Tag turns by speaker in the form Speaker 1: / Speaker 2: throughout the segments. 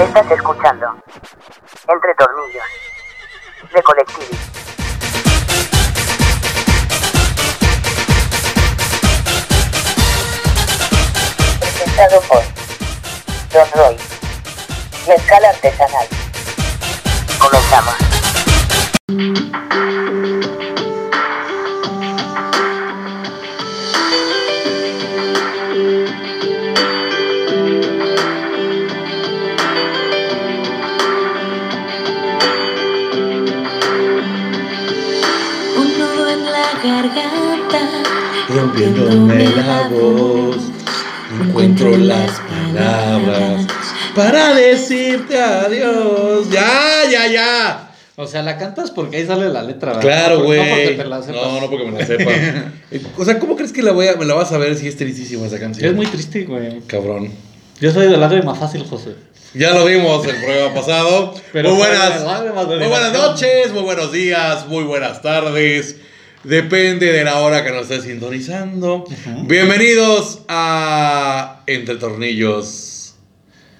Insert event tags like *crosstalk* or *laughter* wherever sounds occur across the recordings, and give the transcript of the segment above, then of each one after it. Speaker 1: Estás escuchando Entre Tornillos de Colectivi. Presentado por Don Roy. Mezcal artesanal. Comenzamos.
Speaker 2: Un nudo en la garganta,
Speaker 3: Rompiéndome la voz, no encuentro las palabras para decirte adiós. Ya, ya, ya.
Speaker 4: O sea, la cantas porque ahí sale la letra, ¿verdad?
Speaker 3: Claro,
Speaker 4: Ah, No porque
Speaker 3: güey.
Speaker 4: te la sepas.
Speaker 3: No, no porque me la
Speaker 4: *laughs*
Speaker 3: sepa. Eh, o sea, ¿cómo crees que la voy a, me la vas a ver si es tristísima esa canción?
Speaker 4: Es muy triste, güey.
Speaker 3: cabrón.
Speaker 4: Yo soy de lágrima fácil, José.
Speaker 3: Ya lo vimos el programa pasado.
Speaker 4: Pero
Speaker 3: muy
Speaker 4: fue
Speaker 3: buenas,
Speaker 4: de lágrimas de
Speaker 3: muy buenas
Speaker 4: diversión.
Speaker 3: noches, muy buenos días, muy buenas tardes. Depende de la hora que nos estés sintonizando. Bienvenidos a Entre Tornillos,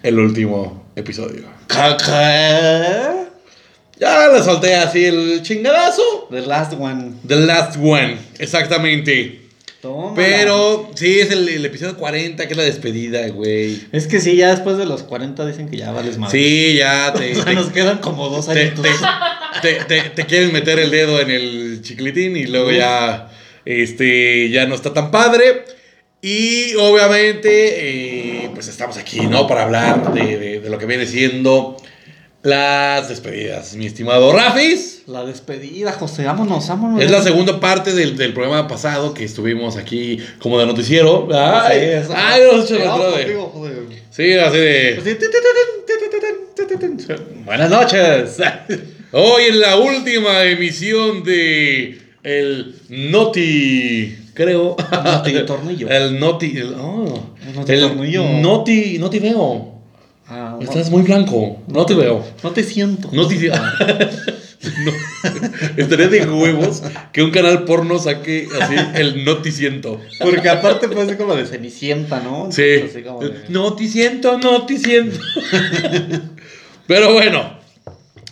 Speaker 3: el último episodio. Ya le solté así el chingadazo.
Speaker 4: The last one.
Speaker 3: The last one, exactamente.
Speaker 4: Toma.
Speaker 3: Pero sí, es el, el episodio 40, que es la despedida, güey.
Speaker 4: Es que sí, ya después de los 40 dicen que ya vales más.
Speaker 3: Sí, ya te,
Speaker 4: *laughs* O sea,
Speaker 3: te-
Speaker 4: nos quedan como dos
Speaker 3: te,
Speaker 4: años.
Speaker 3: te- te- te- te quieren meter el dedo en el chicletín y luego ya, este, ya no está tan padre. Y obviamente, eh, pues estamos aquí, ¿no? Para hablar de, de- de lo que viene siendo las despedidas, mi estimado Rafis.
Speaker 4: La despedida, José. Vámonos, vámonos.
Speaker 3: Es la segunda parte del, del programa pasado que estuvimos aquí como de noticiero. Ay,
Speaker 4: Ah, Sí, eso.
Speaker 3: ay, nos echó la
Speaker 4: Cuidado
Speaker 3: otra de-
Speaker 4: contigo, José.
Speaker 3: Sí, así de.
Speaker 4: Así, tin, tin, tin, tin, tin, tin, tin, tin. Buenas noches.
Speaker 3: Hoy en la última emisión de el Noti, creo. *laughs*
Speaker 4: Noti Tornillo.
Speaker 3: El Noti, el, oh,
Speaker 4: El Noti Tornillo.
Speaker 3: Noti, no te veo.
Speaker 4: Ah, no-
Speaker 3: Estás muy blanco. No te veo.
Speaker 4: no te siento.
Speaker 3: No te
Speaker 4: Ah.
Speaker 3: *laughs* No. Estaría de huevos que un canal porno saque así el noticiento.
Speaker 4: Porque aparte fue así como de cenicienta, ¿no?
Speaker 3: Sí.
Speaker 4: Así como de-
Speaker 3: Noticiento, noticiento. *laughs* Pero bueno,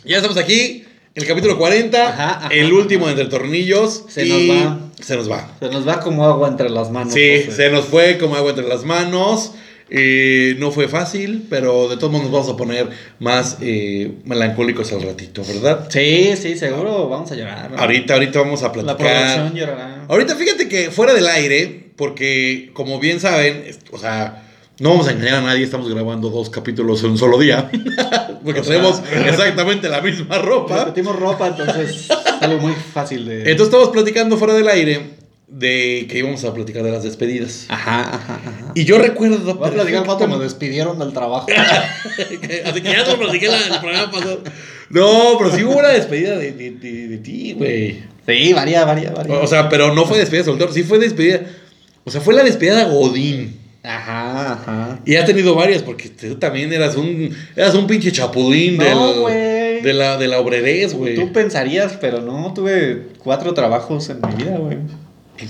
Speaker 3: ya estamos aquí. El capítulo 40,
Speaker 4: Ajá, ajá.
Speaker 3: el último de entre tornillos.
Speaker 4: Se
Speaker 3: y
Speaker 4: nos va.
Speaker 3: Se nos va.
Speaker 4: Se nos va como agua entre las manos.
Speaker 3: sí,
Speaker 4: José.
Speaker 3: se nos fue como agua entre las manos. Eh, no fue fácil, pero de todos modos nos vamos a poner más eh, melancólicos al ratito, ¿verdad?
Speaker 4: Sí, sí, seguro vamos a llorar. ¿no?
Speaker 3: Ahorita, ahorita vamos a
Speaker 4: La
Speaker 3: platicar.
Speaker 4: producción llorará.
Speaker 3: Ahorita fíjate que fuera del aire, porque como bien saben, es- o sea, no vamos a engañar a nadie, estamos grabando dos capítulos en un solo día, *laughs* porque
Speaker 4: O sea, *laughs*
Speaker 3: tenemos exactamente la misma ropa.
Speaker 4: Repetimos ropa, entonces es algo muy fácil de.
Speaker 3: Entonces estamos platicando fuera del aire de que íbamos a platicar de las despedidas.
Speaker 4: Ajá, ajá, ajá.
Speaker 3: Y yo recuerdo...
Speaker 4: Voy a platicar cuando me
Speaker 3: perfectamente-
Speaker 4: despidieron del trabajo.
Speaker 3: *laughs* Así que ya te lo platiqué la- el programa pasado. No, pero sí hubo una despedida de, de- de- de ti, güey.
Speaker 4: Sí, varía, varía, varía.
Speaker 3: O, o sea, pero no fue despedida de soltero, sí fue despedida... O sea, fue la despedida de Godín.
Speaker 4: ajá, ajá.
Speaker 3: Y has tenido varias, porque tú también eras un, eras un pinche chapulín
Speaker 4: No,
Speaker 3: del-
Speaker 4: güey.
Speaker 3: de, la, de la obrerez, güey.
Speaker 4: Tú pensarías, pero no, tuve cuatro trabajos en mi vida, güey.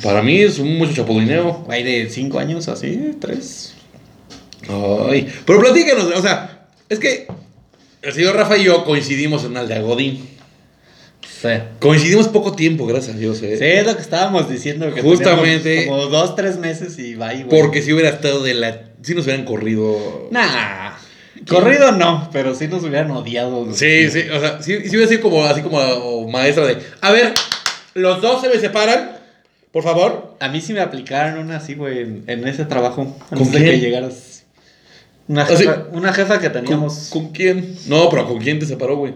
Speaker 3: Para mí es un mucho chapulineo.
Speaker 4: Güey, de cinco años así, tres.
Speaker 3: Ay, pero platícanos, o sea, es que el señor Rafa y yo coincidimos en Aldea Godín.
Speaker 4: Sí.
Speaker 3: Coincidimos poco tiempo, gracias a Dios, eh.
Speaker 4: Sí, es lo que estábamos diciendo. Que
Speaker 3: Justamente.
Speaker 4: teníamos Como dos, tres meses y va y güey.
Speaker 3: Porque si hubiera estado de la... Si nos hubieran corrido...
Speaker 4: Nah. Corrido no, pero sí nos hubieran odiado.
Speaker 3: Sí, sí, o sea, sí, sí hubiera sido como, así como maestra de... A ver, los dos se me separan, por favor.
Speaker 4: A mí sí me aplicaron una así, güey, en, en ese trabajo.
Speaker 3: ¿Con
Speaker 4: antes de
Speaker 3: quién?
Speaker 4: que llegaras. Una
Speaker 3: Ah, sí.
Speaker 4: jefa, una jefa que
Speaker 3: ¿Con,
Speaker 4: teníamos.
Speaker 3: ¿Con quién? No, pero ¿con quién te separó, güey?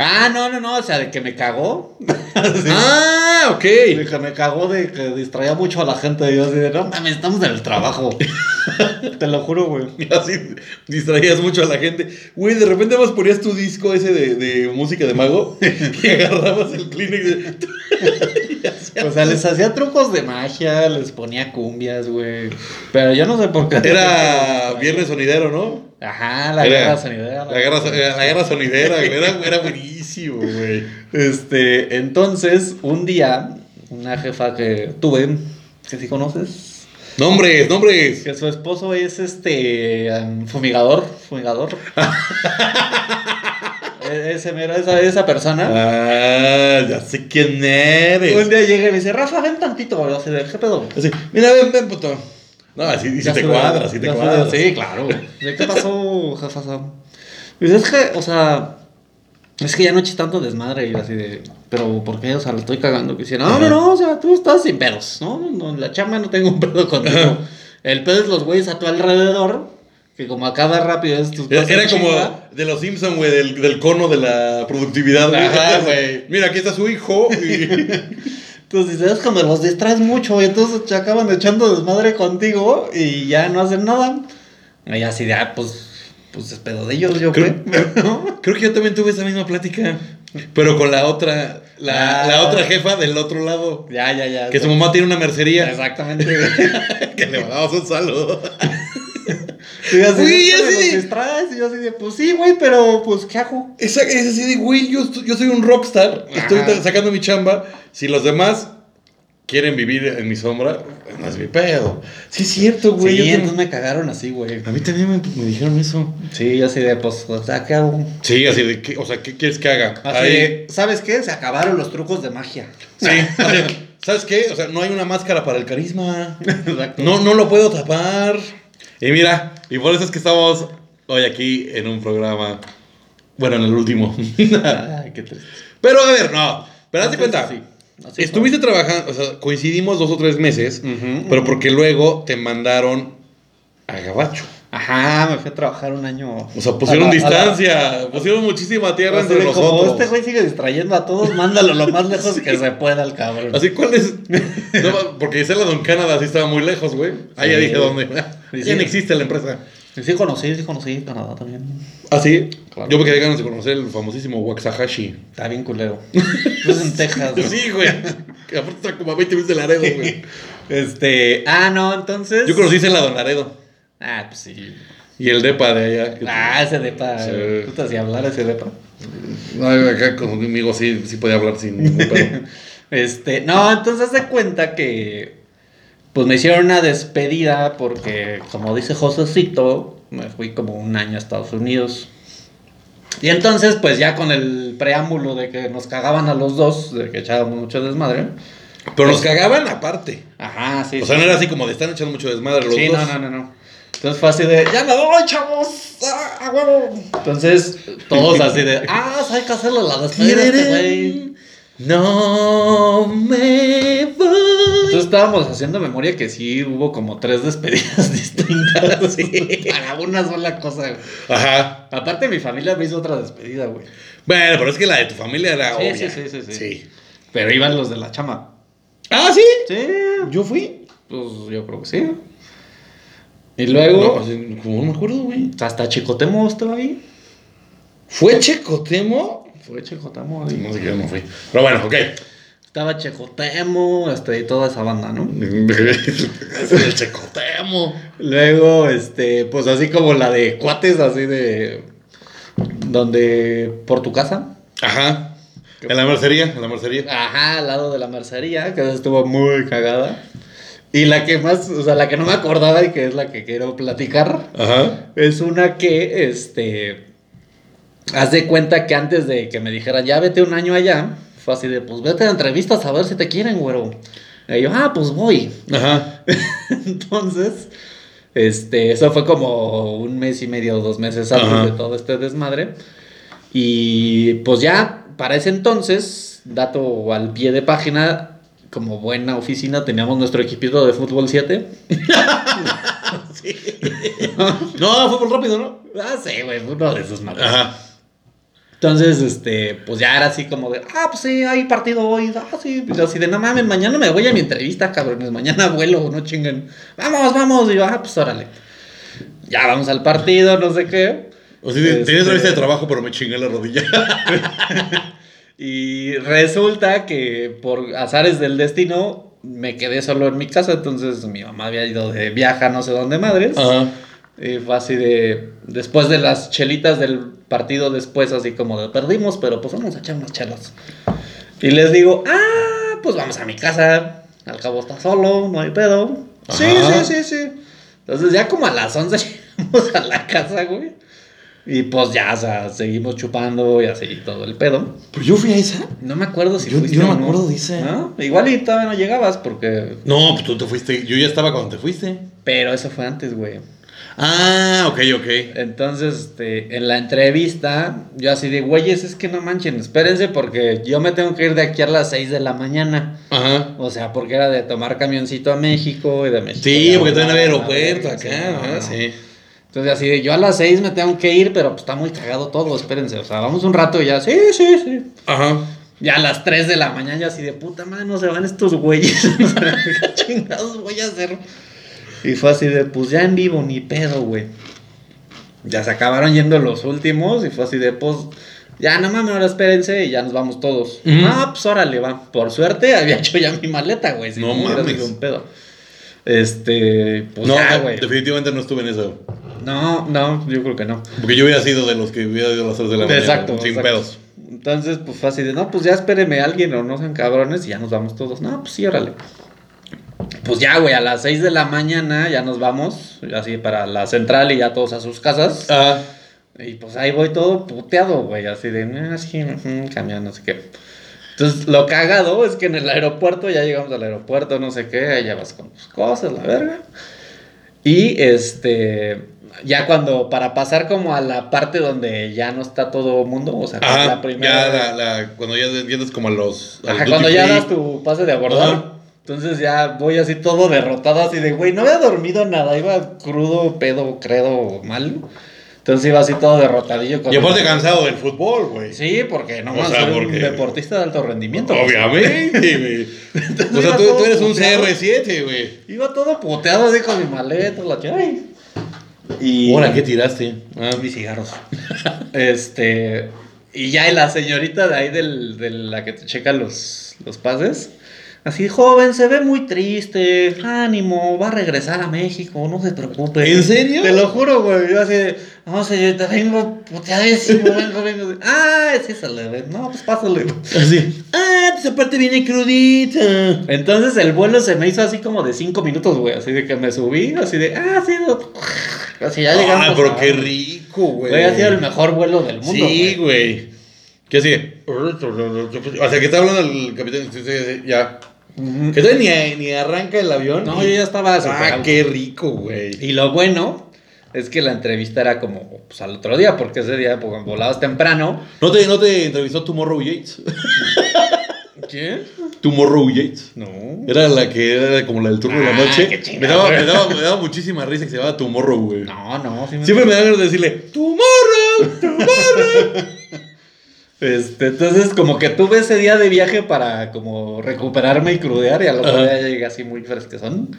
Speaker 4: Ah, no, no, no, o sea, de que me cagó. *laughs* Sí.
Speaker 3: Ah, ok.
Speaker 4: De que me cagó de que distraía mucho a la gente. Y yo así de, no mames, estamos en
Speaker 3: *laughs*
Speaker 4: el trabajo. Te lo juro, güey.
Speaker 3: Así distraías mucho a la gente. Güey, de repente más ponías tu disco ese de, de música de mago *laughs* y agarrabas el Kleenex. de-
Speaker 4: O sea, les hacía trucos de magia, les ponía cumbias, güey. Pero yo no sé por qué.
Speaker 3: Era Viernes Sonidero, ¿no?
Speaker 4: Ajá, la
Speaker 3: Era-
Speaker 4: guerra sanidera.
Speaker 3: La guerra, la guerra sonidera, güey. Era, era buenísimo, güey.
Speaker 4: Este, entonces, un día, una jefa que tuve, que si conoces,
Speaker 3: Nombres, nombres.
Speaker 4: Que su esposo es este um, fumigador,
Speaker 3: *laughs*
Speaker 4: fumigador. E- Ese mero, esa, esa persona.
Speaker 3: Ah, ya sé quién
Speaker 4: Un
Speaker 3: eres.
Speaker 4: día llega y me dice, Rafa, ven tantito, bro. Así de, ¿qué pedo?
Speaker 3: Así, mira, ven, ven, puto. No, así, y si
Speaker 4: Ya
Speaker 3: te
Speaker 4: sube,
Speaker 3: cuadras, si te
Speaker 4: ya sube.
Speaker 3: cuadras.
Speaker 4: Sí, claro. *laughs* ¿De qué pasó, jefa? Sam? Dice, es que, o sea, es que ya no eches tanto desmadre. Y yo así de, pero ¿por qué? O sea, lo estoy cagando. Que dice, no, no, no, o sea, tú estás sin pedos. No, no, no, en la chamba no tengo un pedo contigo. El pedo es los güeyes a tu alrededor. Que como acaba rápido es tu
Speaker 3: Era, era
Speaker 4: estás en
Speaker 3: como
Speaker 4: chinga.
Speaker 3: de los Simpson, güey, del, del cono de la productividad, güey. *laughs*
Speaker 4: Ajá, güey.
Speaker 3: Mira, aquí está su hijo. y-
Speaker 4: Entonces pues dices, es que me los distraes mucho. Y entonces te acaban echando desmadre contigo y ya no hacen nada. Y así de, ah, pues, pues es pedo de ellos, yo creo. *laughs*
Speaker 3: Creo- *laughs* Creo que yo también tuve esa misma plática, pero con la otra, la,
Speaker 4: Ah.
Speaker 3: la otra jefa del otro lado.
Speaker 4: Ya, ya, ya.
Speaker 3: Que su mamá tiene una mercería.
Speaker 4: Exactamente, *laughs* güey.
Speaker 3: que le mandamos un saludo.
Speaker 4: Y así,
Speaker 3: Güey,
Speaker 4: de,
Speaker 3: ya
Speaker 4: "Es que me
Speaker 3: sí.
Speaker 4: los distraes", y yo así de, pues sí, güey, pero pues, ¿qué hago?
Speaker 3: *laughs* Esa, es así de, güey, yo, estoy- yo soy un rockstar, estoy
Speaker 4: Ajá.
Speaker 3: sacando mi chamba. Si los demás quieren vivir en mi sombra, pues, no es mi pedo. Sí, es cierto, güey. yo
Speaker 4: sí,
Speaker 3: también-
Speaker 4: entonces me cagaron así, güey.
Speaker 3: A mí también me, me dijeron eso.
Speaker 4: Sí, yo así de, pues, o sea, ¿qué hago?
Speaker 3: Sí, así de, ¿qué- o sea, ¿qué quieres que haga?
Speaker 4: Así
Speaker 3: Ahí-
Speaker 4: de, ¿sabes qué? Se acabaron los trucos de magia.
Speaker 3: Sí, *laughs* o sea, ¿sabes qué? O sea, no hay una máscara para el carisma.
Speaker 4: *laughs* Exacto.
Speaker 3: No, no lo puedo tapar. Y mira, y por eso es que estamos hoy aquí en un programa. Bueno, en el último. *laughs*
Speaker 4: *laughs* Ay, qué triste.
Speaker 3: Pero a ver, no. Pero hazte cuenta.
Speaker 4: Sí, así
Speaker 3: Estuviste trabajando, o sea, coincidimos dos o tres meses,
Speaker 4: Ujú,
Speaker 3: pero
Speaker 4: ujú.
Speaker 3: porque luego te mandaron a Gabacho.
Speaker 4: fue. Ajá, me fui a trabajar un año.
Speaker 3: O sea, pusieron
Speaker 4: A la- a la-
Speaker 3: distancia, pusieron muchísima tierra
Speaker 4: Así
Speaker 3: entre
Speaker 4: de, como
Speaker 3: nosotros.
Speaker 4: este güey sigue distrayendo a todos, mándalo lo *laughs* más lejos que se pueda al cabrón.
Speaker 3: Así, ¿cuál es? *laughs* No, porque Isela Don Canadá sí estaba muy lejos, güey. Ahí ya
Speaker 4: Sí.
Speaker 3: dije dónde. *laughs*
Speaker 4: Sí,
Speaker 3: Ya
Speaker 4: sí.
Speaker 3: no existe la empresa.
Speaker 4: Sí conocí, sí conocí Canadá también.
Speaker 3: ¿Ah, sí?
Speaker 4: Claro.
Speaker 3: Yo me quedé ganas de conocer el famosísimo Waxahashi.
Speaker 4: Está bien culero. *laughs* Pues en Texas. ¿no?
Speaker 3: Ah, Sí, güey. Que *laughs* aparte está como a 20 mil de Laredo, güey.
Speaker 4: Este. Ah, no, entonces.
Speaker 3: Yo conocí a Isela Don Laredo.
Speaker 4: Ah, pues sí.
Speaker 3: Y el depa de allá. que-
Speaker 4: Ah, ese depa.
Speaker 3: Sí.
Speaker 4: Puta, si hablar ese depa.
Speaker 3: No, acá conmigo sí, sí podía hablar sin ningún pedo.
Speaker 4: Este. No, entonces se cuenta que. Pues me hicieron una despedida porque, como dice Josecito, me fui como un año a Estados Unidos. Y entonces, pues ya con el preámbulo de que nos cagaban a los dos, de que echábamos mucho desmadre.
Speaker 3: Pero nos cagaban aparte.
Speaker 4: Ajá, sí.
Speaker 3: O sea,
Speaker 4: sí.
Speaker 3: no era así como de están echando mucho desmadre los
Speaker 4: Sí,
Speaker 3: dos.
Speaker 4: no, no, no, no. Entonces fue así de, ya me voy, chavos, ¡Ah, a huevo. Entonces, todos así de, ah, hay que hacerle la despedida a este güey.
Speaker 3: No me voy.
Speaker 4: Entonces estábamos haciendo memoria que sí hubo como tres despedidas distintas para una sola cosa. güey.
Speaker 3: Ajá.
Speaker 4: Aparte, mi familia me hizo otra despedida, güey.
Speaker 3: Bueno, pero es que la de tu familia era
Speaker 4: Sí,
Speaker 3: obvia.
Speaker 4: sí, sí, sí, sí. Pero iban los de la chama.
Speaker 3: Ah, sí.
Speaker 4: Sí,
Speaker 3: Yo fui.
Speaker 4: pues yo creo que sí. Y luego,
Speaker 3: No, así, como no me acuerdo, güey.
Speaker 4: hasta Chicotemos todavía.
Speaker 3: ¿Fue Checotemo?
Speaker 4: Fue Chicotemos.
Speaker 3: No sé qué no fui. Pero bueno, *laughs* ok.
Speaker 4: Estaba Checotemo, este, y toda esa banda, ¿no?
Speaker 3: es el Checotemo.
Speaker 4: Luego, este, pues así como la de cuates, así de. Donde. Por tu casa.
Speaker 3: Ajá. En la mercería, en la mercería.
Speaker 4: Ajá, al lado de la mercería, que esa estuvo muy cagada. Y la que más, o sea, la que no me acordaba y que es la que quiero platicar,
Speaker 3: Ajá.
Speaker 4: es una que, este. Haz de cuenta que antes de que me dijeran, ya vete un año allá, fue así de, pues vete a entrevistas a ver si te quieren, güero. Y yo, ah, pues voy. *laughs*
Speaker 3: Ajá.
Speaker 4: Entonces, este, eso fue como un mes y medio, dos meses antes
Speaker 3: Ajá.
Speaker 4: de todo este desmadre. Y pues ya, para ese entonces, dato al pie de página, como buena oficina, teníamos nuestro equipito de fútbol 7.
Speaker 3: No, fue por rápido, ¿no?
Speaker 4: Ah, sí, güey, fue uno de esos malos.
Speaker 3: Ajá.
Speaker 4: Entonces, este, pues ya era así como de, ah, pues sí, hay partido hoy, ah, sí, pues así de, no mames, mañana me voy a mi entrevista, cabrones, mañana *laughs* vuelo, no chinguen, vamos, vamos, y yo, ah, pues órale, ya vamos al partido, no sé qué,
Speaker 3: O sea, tenía
Speaker 4: Este-
Speaker 3: otra lista de trabajo, pero me chingué la rodilla.
Speaker 4: y resulta que por azares del destino me quedé solo en mi casa, entonces mi mamá había ido de viaje a no sé dónde
Speaker 3: *laughs*
Speaker 4: madres,
Speaker 3: Ajá.
Speaker 4: Y fue así de. Después de las chelitas del partido, después, así como de perdimos, pero pues vamos a echar unas chelas. Y les digo, ah, pues vamos a mi casa. Al cabo está solo, no hay pedo. Sí,
Speaker 2: Ajá.
Speaker 4: sí, sí, sí. Entonces ya como a las 11 *laughs* llegamos a la casa, güey. Y pues ya, o sea, seguimos chupando y así todo el pedo.
Speaker 3: Pero yo fui a esa.
Speaker 4: No me acuerdo si
Speaker 3: Yo-
Speaker 4: fuiste
Speaker 3: yo no
Speaker 4: o
Speaker 3: me acuerdo de esa.
Speaker 4: ¿No? Igual y todavía no llegabas porque...
Speaker 3: No, pues tú te fuiste. Yo ya estaba cuando te fuiste.
Speaker 4: Pero eso fue antes, güey.
Speaker 3: Ah, ok, ok.
Speaker 4: Entonces, este, en la entrevista, yo así de, güeyes, es que no manchen, espérense porque yo me tengo que ir de aquí a las 6 de la mañana.
Speaker 3: Ajá.
Speaker 4: O sea, porque era de tomar camioncito a México y de México.
Speaker 3: Sí,
Speaker 4: ya
Speaker 3: porque todavía no había
Speaker 4: a la
Speaker 3: aeropuerto
Speaker 4: verga,
Speaker 3: acá,
Speaker 4: no,
Speaker 3: ¿no?
Speaker 4: no.
Speaker 3: Sí.
Speaker 4: Entonces así de yo a las 6 me tengo que ir, pero pues está muy cagado todo, espérense, o sea, vamos un rato y ya, sí, sí, sí.
Speaker 2: Ajá.
Speaker 4: Ya a las 3 de la mañana yo así de puta madre, no se van estos güeyes. *laughs* O sea, ¿Qué chingados voy a hacer? Y fue así de, pues ya en vivo, ni pedo, güey. Ya se acabaron yendo los últimos y fue así de, pues, ya no mames, ahora espérense y ya nos vamos todos.
Speaker 2: Ujú.
Speaker 4: Ah, pues órale, va. Por suerte había hecho ya mi maleta, güey. si
Speaker 2: No
Speaker 4: hubiera
Speaker 2: mames.
Speaker 4: sido un pedo. Este, pues
Speaker 3: no,
Speaker 4: ya,
Speaker 3: no,
Speaker 4: güey.
Speaker 3: definitivamente no estuve en eso.
Speaker 4: No, no, yo creo que no.
Speaker 3: Porque yo hubiera sido de los que hubiera ido a las 3 de la mañana.
Speaker 4: Exacto.
Speaker 3: Sin
Speaker 4: exacto.
Speaker 3: pedos.
Speaker 4: Entonces, pues fue así de, no, pues ya espéreme a alguien o no sean cabrones y ya nos vamos todos. No, pues sí, órale. Pues ya, güey, a las 6 de la mañana ya nos vamos, así para la central y ya todos a sus casas.
Speaker 3: Ah,
Speaker 4: Y pues ahí voy todo puteado, güey, así de, "Ah, sí, ujú, camión, no sé qué. Entonces, lo cagado es que en el aeropuerto, ya llegamos al aeropuerto, no sé qué, ahí ya vas con tus cosas, la verga. Y este, ya cuando, para pasar como a la parte donde ya no está todo mundo, o sea,
Speaker 3: ajá,
Speaker 4: la primera.
Speaker 3: ah, ya la, la- cuando ya entiendes como a los. al
Speaker 4: Ajá,
Speaker 3: duty
Speaker 4: cuando ya
Speaker 3: free.
Speaker 4: das tu pase de abordar.
Speaker 3: Ajá.
Speaker 4: Entonces ya voy así todo derrotado, así de, güey, no había dormido nada, iba crudo, pedo, credo, mal. Entonces iba así todo derrotadillo. con-
Speaker 3: Y aparte cansado del fútbol, güey.
Speaker 4: Sí, porque no
Speaker 3: O
Speaker 4: más
Speaker 3: sea,
Speaker 4: soy
Speaker 3: porque-
Speaker 4: un deportista de alto rendimiento. *laughs*
Speaker 3: Obviamente, güey. o sea,
Speaker 4: iba
Speaker 3: tú,
Speaker 4: todo
Speaker 3: tú eres un
Speaker 4: puteado.
Speaker 3: CR7, güey.
Speaker 4: Iba todo puteado así con mi maleta, la chingada. ay. Y...
Speaker 3: Ahora, ¿qué tiraste?
Speaker 4: Ah, mis cigarros. *laughs* este. Y ya y la señorita de ahí del, de la que te checa los, los pases. Así, joven, se ve muy triste. Ánimo, va a regresar a México, no se preocupe.
Speaker 3: ¿En serio?
Speaker 4: Te lo juro, güey. Yo así, de, no, señorita, vengo puteadísimo, vengo, vengo. *laughs* Ah, sí, sale, güey. No, pues pásale.
Speaker 3: Así. Ah, pues aparte viene crudita.
Speaker 4: Entonces el vuelo se me hizo así como de cinco minutos, güey. Así de que me subí, así de, ah, sí, doctor". Así ya llegamos.
Speaker 3: Ah, pero
Speaker 4: a-
Speaker 3: qué rico, güey.
Speaker 4: Güey, ha sido el mejor vuelo del mundo.
Speaker 3: Sí,
Speaker 4: güey.
Speaker 3: güey. ¿Qué así? O sea, que está hablando el capitán. sí, sí, sí, Ya.
Speaker 4: Ujú.
Speaker 3: Que todavía ni, ni arranca el avión.
Speaker 4: No,
Speaker 3: y-
Speaker 4: yo ya estaba
Speaker 3: Ah,
Speaker 4: superado.
Speaker 3: qué rico, güey.
Speaker 4: Y lo bueno es que la entrevista era como pues, al otro día, porque ese día pues, volabas temprano.
Speaker 3: ¿No te, ¿No te entrevistó Tomorrow Yates?
Speaker 4: ¿Qué?
Speaker 3: Tomorrow Yates.
Speaker 4: No.
Speaker 3: Era la que era como la del turno de la
Speaker 4: Ah,
Speaker 3: noche.
Speaker 4: qué chingada,
Speaker 3: me, daba,
Speaker 4: güey.
Speaker 3: me, daba, me daba muchísima risa que se llamaba Tomorrow, güey.
Speaker 4: No, no. sí
Speaker 3: Siempre me da ganas de decirle, ¡Tomorrow!
Speaker 4: *laughs*
Speaker 3: ¡Tomorrow!
Speaker 4: Este, entonces, como que tuve ese día de viaje para como recuperarme y crudear, y al otro
Speaker 3: Ajá.
Speaker 4: día llegué así muy fresquezón.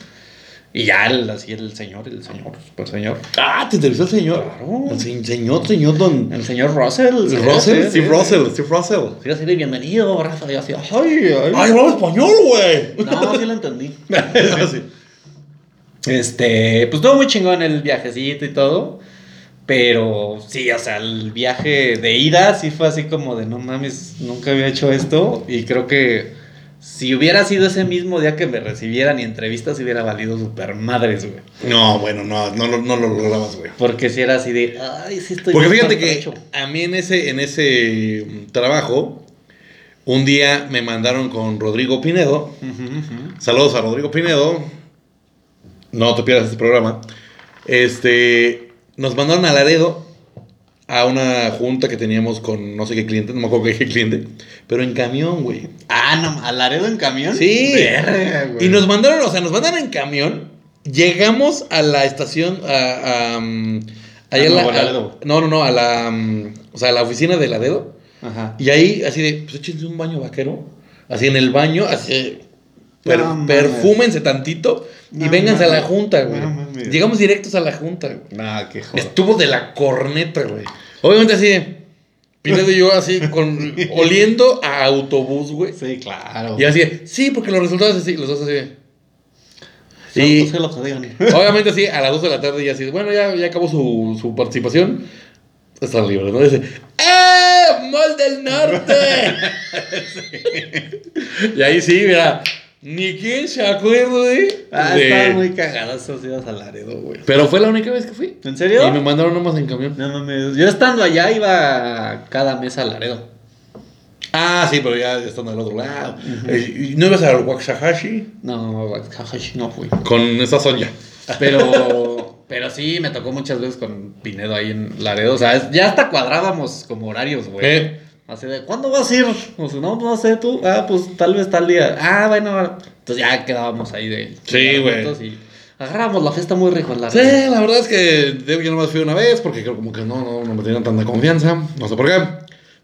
Speaker 4: Y ya, el- así el señor, el señor, el señor.
Speaker 3: ah, te entrevistó el señor.
Speaker 4: Claro.
Speaker 3: El se- señor, señor Don.
Speaker 4: El señor Russell.
Speaker 3: Russell,
Speaker 4: Sí,
Speaker 3: Steve Russell, Steve Russell.
Speaker 4: Sí, así de bienvenido, Rafa. Y yo así, ay, ay.
Speaker 3: ¡Ay, hablaba español, güey!
Speaker 4: No, sí lo entendí.
Speaker 3: *laughs* Así.
Speaker 4: Este, pues todo muy chingón el viajecito y todo. Pero sí, o sea, el viaje de ida sí fue así como de no mames, nunca había hecho esto. Y creo que si hubiera sido ese mismo día que me recibieran y entrevistas, hubiera valido super madres, güey.
Speaker 3: No, bueno, no, no, lo- no lo lograbas, güey.
Speaker 4: Porque si era así de, ay, sí estoy.
Speaker 3: Porque
Speaker 4: bien
Speaker 3: fíjate que
Speaker 4: maltrecho".
Speaker 3: a mí en ese, en ese mm, trabajo, un día me mandaron con Rodrigo Pinedo.
Speaker 4: Ujú, ujú.
Speaker 3: Saludos a Rodrigo Pinedo. No te pierdas este programa. Este, nos mandaron a Laredo a una junta que teníamos con no sé qué cliente, no me acuerdo qué cliente, pero en camión, güey.
Speaker 4: Ah, no, ¿a Laredo en camión?
Speaker 3: Sí.
Speaker 4: Verga, güey.
Speaker 3: Y nos mandaron, o sea, nos mandaron en camión. Llegamos a la estación, a, a, um, ahí
Speaker 4: A
Speaker 3: a la-
Speaker 4: Nuevo
Speaker 3: a-
Speaker 4: Laredo.
Speaker 3: no, no, no, a la, um, o sea, a la oficina de Laredo.
Speaker 4: Ajá.
Speaker 3: Y ahí, así de, pues échense un baño vaquero. Así en el baño, así. eh, per-
Speaker 4: No mames.
Speaker 3: perfúmense tantito y
Speaker 4: No
Speaker 3: vénganse a la
Speaker 4: mames.
Speaker 3: junta, güey.
Speaker 4: No mames.
Speaker 3: Llegamos directos a la junta, güey.
Speaker 4: Nah, qué joder.
Speaker 3: Estuvo de la corneta, güey. Obviamente así de, Pinedo y yo así,
Speaker 4: *laughs*
Speaker 3: con, oliendo a autobús, güey.
Speaker 4: Sí, claro.
Speaker 3: Y así de, sí, porque los resultados así, los dos así de.
Speaker 4: Sí,
Speaker 3: Y-
Speaker 4: no se lo jodían.
Speaker 3: Obviamente sí, a las 2 de la tarde ya así, bueno, ya, ya acabó su, su participación. Está libre, ¿no? Dice,
Speaker 4: *laughs*
Speaker 3: ¡Eh! ¡Mol del Norte! y ahí sí, mira, Ni quién se acuerde.
Speaker 4: Ah,
Speaker 3: de-
Speaker 4: estaban muy cagadas esas idas a Laredo, güey.
Speaker 3: Pero fue la única vez que fui.
Speaker 4: ¿En serio?
Speaker 3: Y me mandaron nomás en camión.
Speaker 4: No mames. Yo estando allá iba a cada mes a Laredo.
Speaker 3: Ah, sí, pero ya estando del otro lado. Eh, ¿No ibas al Waxahashi?
Speaker 4: No, Waxhahash no fui.
Speaker 3: Con esa Sonia. *laughs*
Speaker 4: Pero, pero sí, me tocó muchas veces con Pinedo ahí en Laredo. O sea, es- ya hasta cuadrábamos como horarios, güey.
Speaker 3: Eh.
Speaker 4: Así de, ¿cuándo vas a ir? O sea, no, no sé tú. Ah, pues tal vez tal día. Ah, bueno. Entonces ya quedábamos ahí de.
Speaker 3: Sí, güey.
Speaker 4: juntos y Agarramos la fiesta muy rico en
Speaker 3: Sí,
Speaker 4: Laredo.
Speaker 3: la verdad es que digo, yo nomás fui una vez porque creo como que no, no, no me tenían tanta confianza. No sé por qué.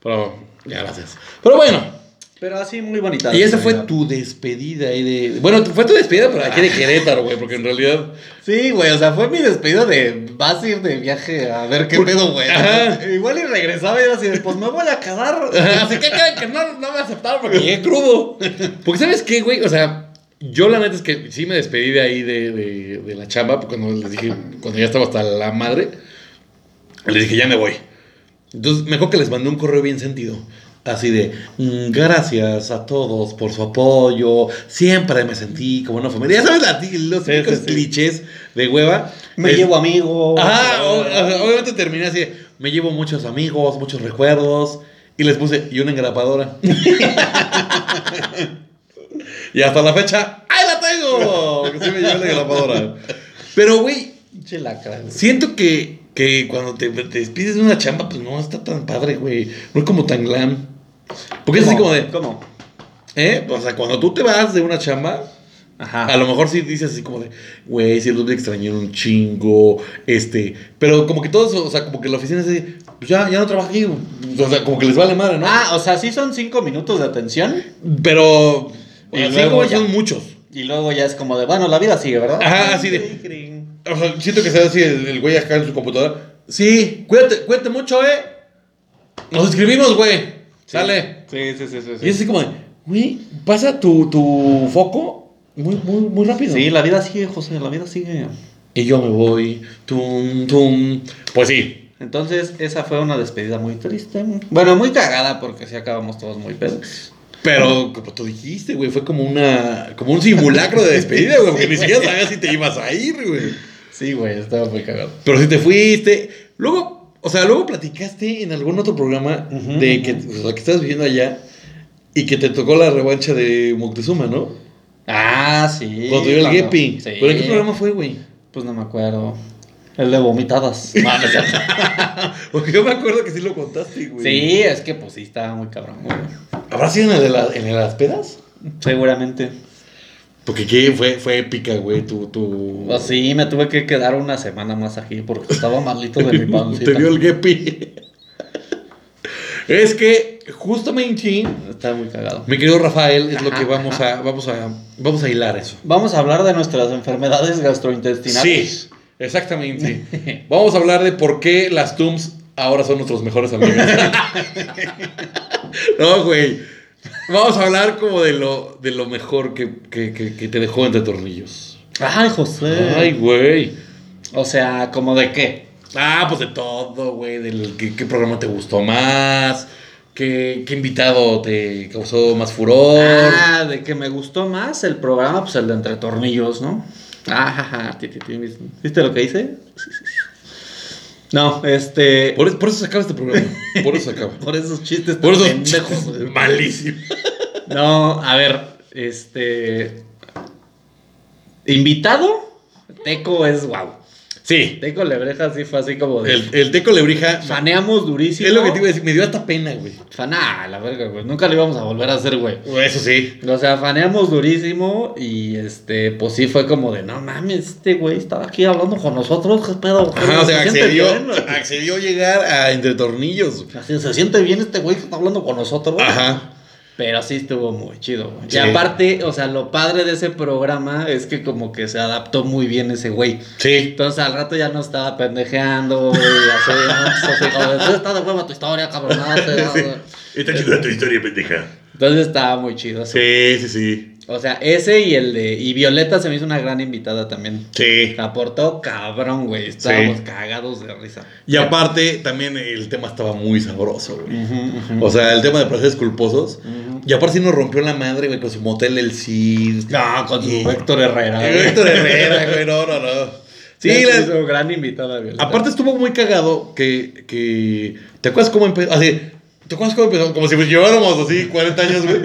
Speaker 3: Pero ya, gracias. Pero bueno.
Speaker 4: Pero así muy bonita.
Speaker 3: Y esa fue tu despedida ahí de... Bueno, tu- fue tu despedida, pero aquí de Querétaro, güey, porque en realidad...
Speaker 4: Sí, güey, o sea, fue mi despedida de vas a ir de viaje a ver qué
Speaker 3: Por-
Speaker 4: pedo, güey.
Speaker 3: Ajá.
Speaker 4: *laughs* Igual y regresaba y era así, de, pues me voy a cagar.
Speaker 3: *laughs* Así que creen que no, no me aceptaron porque llegué crudo. Porque sabes qué, güey, o sea, yo la neta es que sí me despedí de ahí de, de- de la chamba, porque cuando les dije, cuando ya estaba hasta la madre, les dije, ya me voy. Entonces, mejor que les mandé un correo bien sentido. Así de, "Mm, gracias a todos por su apoyo. Siempre me sentí como una familia. Ya sabes, la- los
Speaker 4: Sí, sí,
Speaker 3: típicos
Speaker 4: sí.
Speaker 3: clichés de hueva.
Speaker 4: Me
Speaker 3: Es-
Speaker 4: llevo amigos.
Speaker 3: Ah, o- o sea, obviamente terminé así. de, Me llevo muchos amigos, muchos recuerdos. Y les puse, y una engrapadora. *laughs* y hasta la fecha, ¡ahí la tengo! Que sí me llevé la engrapadora. Pero, güey,
Speaker 4: Pinche lacra, güey.
Speaker 3: siento que, que cuando te, te despides de una chamba, pues no está tan padre, güey. No es como tan glam. Porque es así como de,
Speaker 4: ¿Cómo?
Speaker 3: ¿eh? O sea, cuando tú te vas de una chamba,
Speaker 4: Ajá.
Speaker 3: a lo mejor sí dices así como de, güey, sí los voy a extrañar un chingo, este, pero como que todos, o sea, como que la oficina es así, pues ya, ya no trabajé, o sea, como que les vale madre, ¿no?
Speaker 4: Ah, o sea, sí son cinco minutos de atención.
Speaker 3: Pero,
Speaker 4: Y
Speaker 3: así
Speaker 4: luego
Speaker 3: como
Speaker 4: ya.
Speaker 3: son muchos.
Speaker 4: Y luego ya es como de, bueno, la vida sigue, ¿verdad?
Speaker 3: Ajá, así de-
Speaker 4: Crin, crin.
Speaker 3: O sea, siento que sea así el, el güey acá en su computadora. Sí, cuídate, cuídate mucho, ¿eh? Nos escribimos, güey. Sale.
Speaker 4: Sí, sí, sí, sí.
Speaker 3: Y
Speaker 4: sí.
Speaker 3: es así como de, güey, pasa tu, tu foco muy, muy, muy rápido.
Speaker 4: Sí, la vida sigue, José, la vida sigue.
Speaker 3: Y yo me voy, tum, tum. Pues sí,
Speaker 4: Entonces, esa fue una despedida muy triste. Bueno, muy cagada porque sí acabamos todos muy pedos. *laughs*
Speaker 3: Pero como tú dijiste, güey, fue como una como un simulacro de despedida, güey, porque ni siquiera sabías si te ibas a ir, güey.
Speaker 4: Sí, güey, estaba muy cagado.
Speaker 3: Pero si te fuiste, luego, o sea, luego platicaste en algún otro programa
Speaker 4: Ujú,
Speaker 3: de que, o sea, que estabas viviendo allá y que te tocó la revancha de Moctezuma, ¿no?
Speaker 4: Ah, sí.
Speaker 3: Cuando dio el
Speaker 4: Cuando-
Speaker 3: Gepi.
Speaker 4: Sí.
Speaker 3: ¿Pero en qué programa fue, güey?
Speaker 4: Pues no me acuerdo. El
Speaker 3: *laughs*
Speaker 4: de vomitadas.
Speaker 3: Ah, Porque yo me acuerdo que sí lo contaste, güey.
Speaker 4: *laughs* sí, es que pues sí, estaba muy cabrón, güey.
Speaker 3: ¿Habrá sido en el de, la- en el de las pedas?
Speaker 4: Seguramente.
Speaker 3: Porque ¿qué? Fue, fue épica, güey, tu... tu...
Speaker 4: Pues sí, me tuve que quedar una semana más aquí porque estaba malito de mi
Speaker 3: *laughs*
Speaker 4: pancita.
Speaker 3: Te dio el gepi. es que justamente,
Speaker 4: Estaba muy cagado.
Speaker 3: mi querido Rafael, es lo que vamos a, vamos a, vamos a hilar eso.
Speaker 4: Vamos a hablar de nuestras enfermedades gastrointestinales.
Speaker 3: Sí, exactamente. vamos a hablar de por qué las Tums ahora son nuestros mejores amigos. *laughs* no, güey. Vamos a hablar como de lo, de lo mejor que, que- que- que te dejó entre tornillos.
Speaker 4: Ay, José.
Speaker 3: Ay, güey.
Speaker 4: O sea, ¿como de qué?
Speaker 3: Ah, pues de todo, güey. Del qué, qué programa te gustó más. ¿Qué, qué invitado te causó más furor?
Speaker 4: Ah, de que me gustó más el programa, pues el de Entre Tornillos, ¿no? Ajaja, ti, ti, ti, ¿vis- ¿viste lo que hice? No, este... Por,
Speaker 3: Por, por eso se acaba este programa. Por eso se *laughs* acaba.
Speaker 4: esos chistes
Speaker 3: Por
Speaker 4: tan
Speaker 3: eso.
Speaker 4: pendejos.
Speaker 3: *laughs* Malísimo.
Speaker 4: No, a ver, este... Invitado, Teco es guau.
Speaker 3: Sí.
Speaker 4: Teco Lebreja sí fue así como de...
Speaker 3: El, el teco lebrija.
Speaker 4: Faneamos durísimo.
Speaker 3: es lo que te iba a decir. Me dio hasta pena, güey.
Speaker 4: Faná, la verga, güey. Nunca lo íbamos a volver a hacer, güey.
Speaker 3: Eso sí.
Speaker 4: Nos afaneamos durísimo y este, pues sí fue como de no mames, este güey estaba aquí hablando con nosotros, qué pedo. güey?
Speaker 3: Ajá, o sea,
Speaker 4: siente
Speaker 3: accedió,
Speaker 4: bien, güey.
Speaker 3: accedió llegar a entre tornillos.
Speaker 4: Así, se siente bien este güey que está hablando con nosotros. güey.
Speaker 3: Ajá.
Speaker 4: Pero sí estuvo muy chido, güey.
Speaker 3: Sí.
Speaker 4: Y aparte, o sea, lo padre de ese programa es que como que se adaptó muy bien ese güey.
Speaker 3: Sí.
Speaker 4: Entonces al rato ya no estaba pendejeando, güey.
Speaker 3: *laughs*
Speaker 4: Así, no, pues, así como, "Entonces, está de hueva tu historia, cabrón. no, te- no, güey".
Speaker 3: Está chida tu historia, pendeja.
Speaker 4: Entonces estaba muy chido. sí.
Speaker 3: Sí, sí, sí.
Speaker 4: O sea, ese y el de. Y Violeta se me hizo una gran invitada también.
Speaker 3: Sí.
Speaker 4: Aportó cabrón, güey. Estábamos
Speaker 3: Sí.
Speaker 4: cagados de risa.
Speaker 3: Y aparte, también el tema estaba muy sabroso, güey. O sea, el tema de procesos culposos. Y aparte sí nos rompió la madre, güey, con su motel El Cid. Ah,
Speaker 4: No, con su
Speaker 3: Y-
Speaker 4: Héctor Herrera.
Speaker 3: Eh,
Speaker 4: güey.
Speaker 3: Héctor Herrera,
Speaker 4: *laughs*
Speaker 3: güey, no, no, no. Sí,
Speaker 4: Es-
Speaker 3: la-
Speaker 4: es un gran invitada, Violeta.
Speaker 3: aparte estuvo muy cagado que, que- ¿Te acuerdas cómo empezó? Así, ¿te acuerdas cómo empezó? Como si pues lleváramos así 40 años, güey.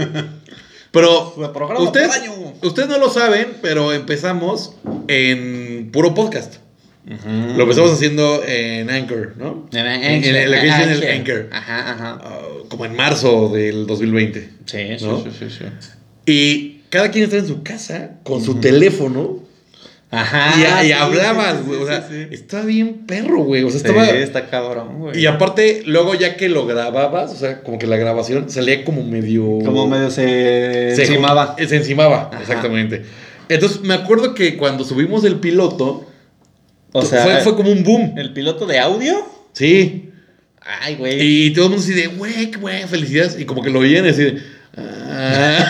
Speaker 3: Pero
Speaker 4: Fue programa
Speaker 3: ustedes,
Speaker 4: por año.
Speaker 3: ustedes no lo saben, pero empezamos en puro podcast. Lo empezamos haciendo en Anchor, ¿no?
Speaker 4: En,
Speaker 3: en, en- en la que dicen el Anchor.
Speaker 4: Ajá, ajá.
Speaker 3: Ah, como en marzo del 2020.
Speaker 4: Sí, sí,
Speaker 3: ¿No?
Speaker 4: sí, sí, sí.
Speaker 3: Y cada quien estaba en su casa con su teléfono
Speaker 4: Ajá.
Speaker 3: y, y
Speaker 4: Ah, sí, sí,
Speaker 3: hablabas,
Speaker 4: sí,
Speaker 3: güey.
Speaker 4: sí,
Speaker 3: o sea,
Speaker 4: sí.
Speaker 3: estaba bien perro, güey. O sea,
Speaker 4: Sí,
Speaker 3: estaba.
Speaker 4: está cabrón, güey.
Speaker 3: Y aparte, luego ya que lo grababas, o sea, como que la grabación salía como medio.
Speaker 4: Como medio se,
Speaker 3: Se
Speaker 4: encimaba.
Speaker 3: Se encimaba,
Speaker 4: Ajá.
Speaker 3: exactamente. Entonces, me acuerdo que cuando subimos el piloto,
Speaker 4: O sea, eh,
Speaker 3: fue, fue como un boom.
Speaker 4: el piloto de audio.
Speaker 3: Sí.
Speaker 4: Ay, güey.
Speaker 3: Y todo el mundo así de, güey, qué güey, felicidades. Y como que lo oían y así de.
Speaker 4: *laughs*
Speaker 3: "Ah".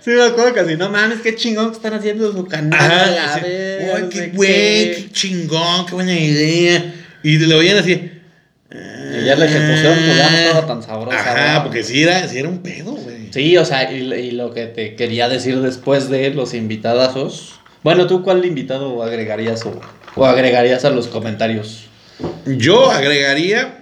Speaker 4: Sí, me acuerdo que así, no mames, qué chingón que están haciendo su canal.
Speaker 3: Ajá,
Speaker 4: a
Speaker 3: sí.
Speaker 4: ver,
Speaker 3: Ay,
Speaker 4: no
Speaker 3: qué
Speaker 4: sé
Speaker 3: güey, qué chingón, qué buena idea. Y lo veían así. Ah,
Speaker 4: Y ya la ejecución, pues ya no estaba tan sabrosa.
Speaker 3: Ajá,
Speaker 4: ¿verdad?
Speaker 3: porque sí era, sí era un pedo, güey.
Speaker 4: Sí, o sea, y, y lo que te quería decir después de los invitadazos. Bueno, ¿tú cuál invitado agregarías o, o agregarías a los comentarios?
Speaker 3: Yo agregaría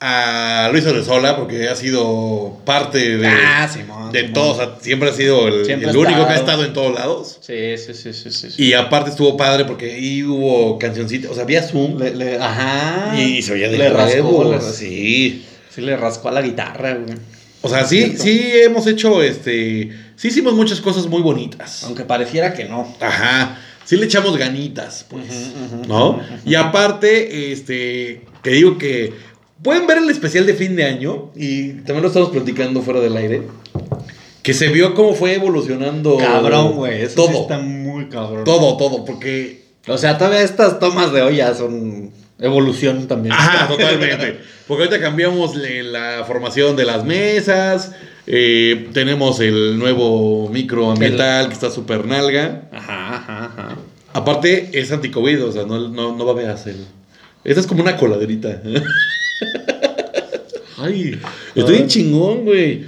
Speaker 3: a Luis Orezola porque ha sido parte de,
Speaker 4: Ah, Simón.
Speaker 3: de
Speaker 4: Simón.
Speaker 3: todos. o sea, siempre ha sido el,
Speaker 4: Siempre
Speaker 3: el
Speaker 4: ha
Speaker 3: único que ha
Speaker 4: estado.
Speaker 3: estado en todos lados.
Speaker 4: Sí, sí, sí, sí, sí. sí.
Speaker 3: Y aparte estuvo padre porque ahí hubo cancioncitas, o sea, había Zoom
Speaker 4: Le- le- ajá.
Speaker 3: y se oía de
Speaker 4: le rascó,
Speaker 3: huevos,
Speaker 4: le-
Speaker 3: Sí.
Speaker 4: Sí, le rascó a la guitarra, güey.
Speaker 3: O sea, sí, sí hemos hecho, este, sí hicimos muchas cosas muy bonitas.
Speaker 4: Aunque pareciera que no.
Speaker 3: Ajá. Sí le echamos ganitas, pues.
Speaker 4: Ujú, ujú,
Speaker 3: ¿No? Y aparte, este, que digo que pueden ver el especial de fin de año y también lo estamos platicando fuera del aire. Que se vio cómo fue evolucionando.
Speaker 4: Cabrón, güey. Eso sí
Speaker 3: todo,
Speaker 4: está muy cabrón.
Speaker 3: todo, todo, porque...
Speaker 4: O sea, todavía estas tomas de olla son evolución también.
Speaker 3: Ajá, *laughs* totalmente. Porque ahorita cambiamos le- la formación de las mesas, eh, tenemos el nuevo micro ambiental que está súper nalga.
Speaker 4: Ajá, ajá, ajá.
Speaker 3: Aparte, es anticovid, o sea, no, no, no babeas el. Esta es como una coladerita.
Speaker 4: *laughs* Ay.
Speaker 3: Estoy bien chingón, güey.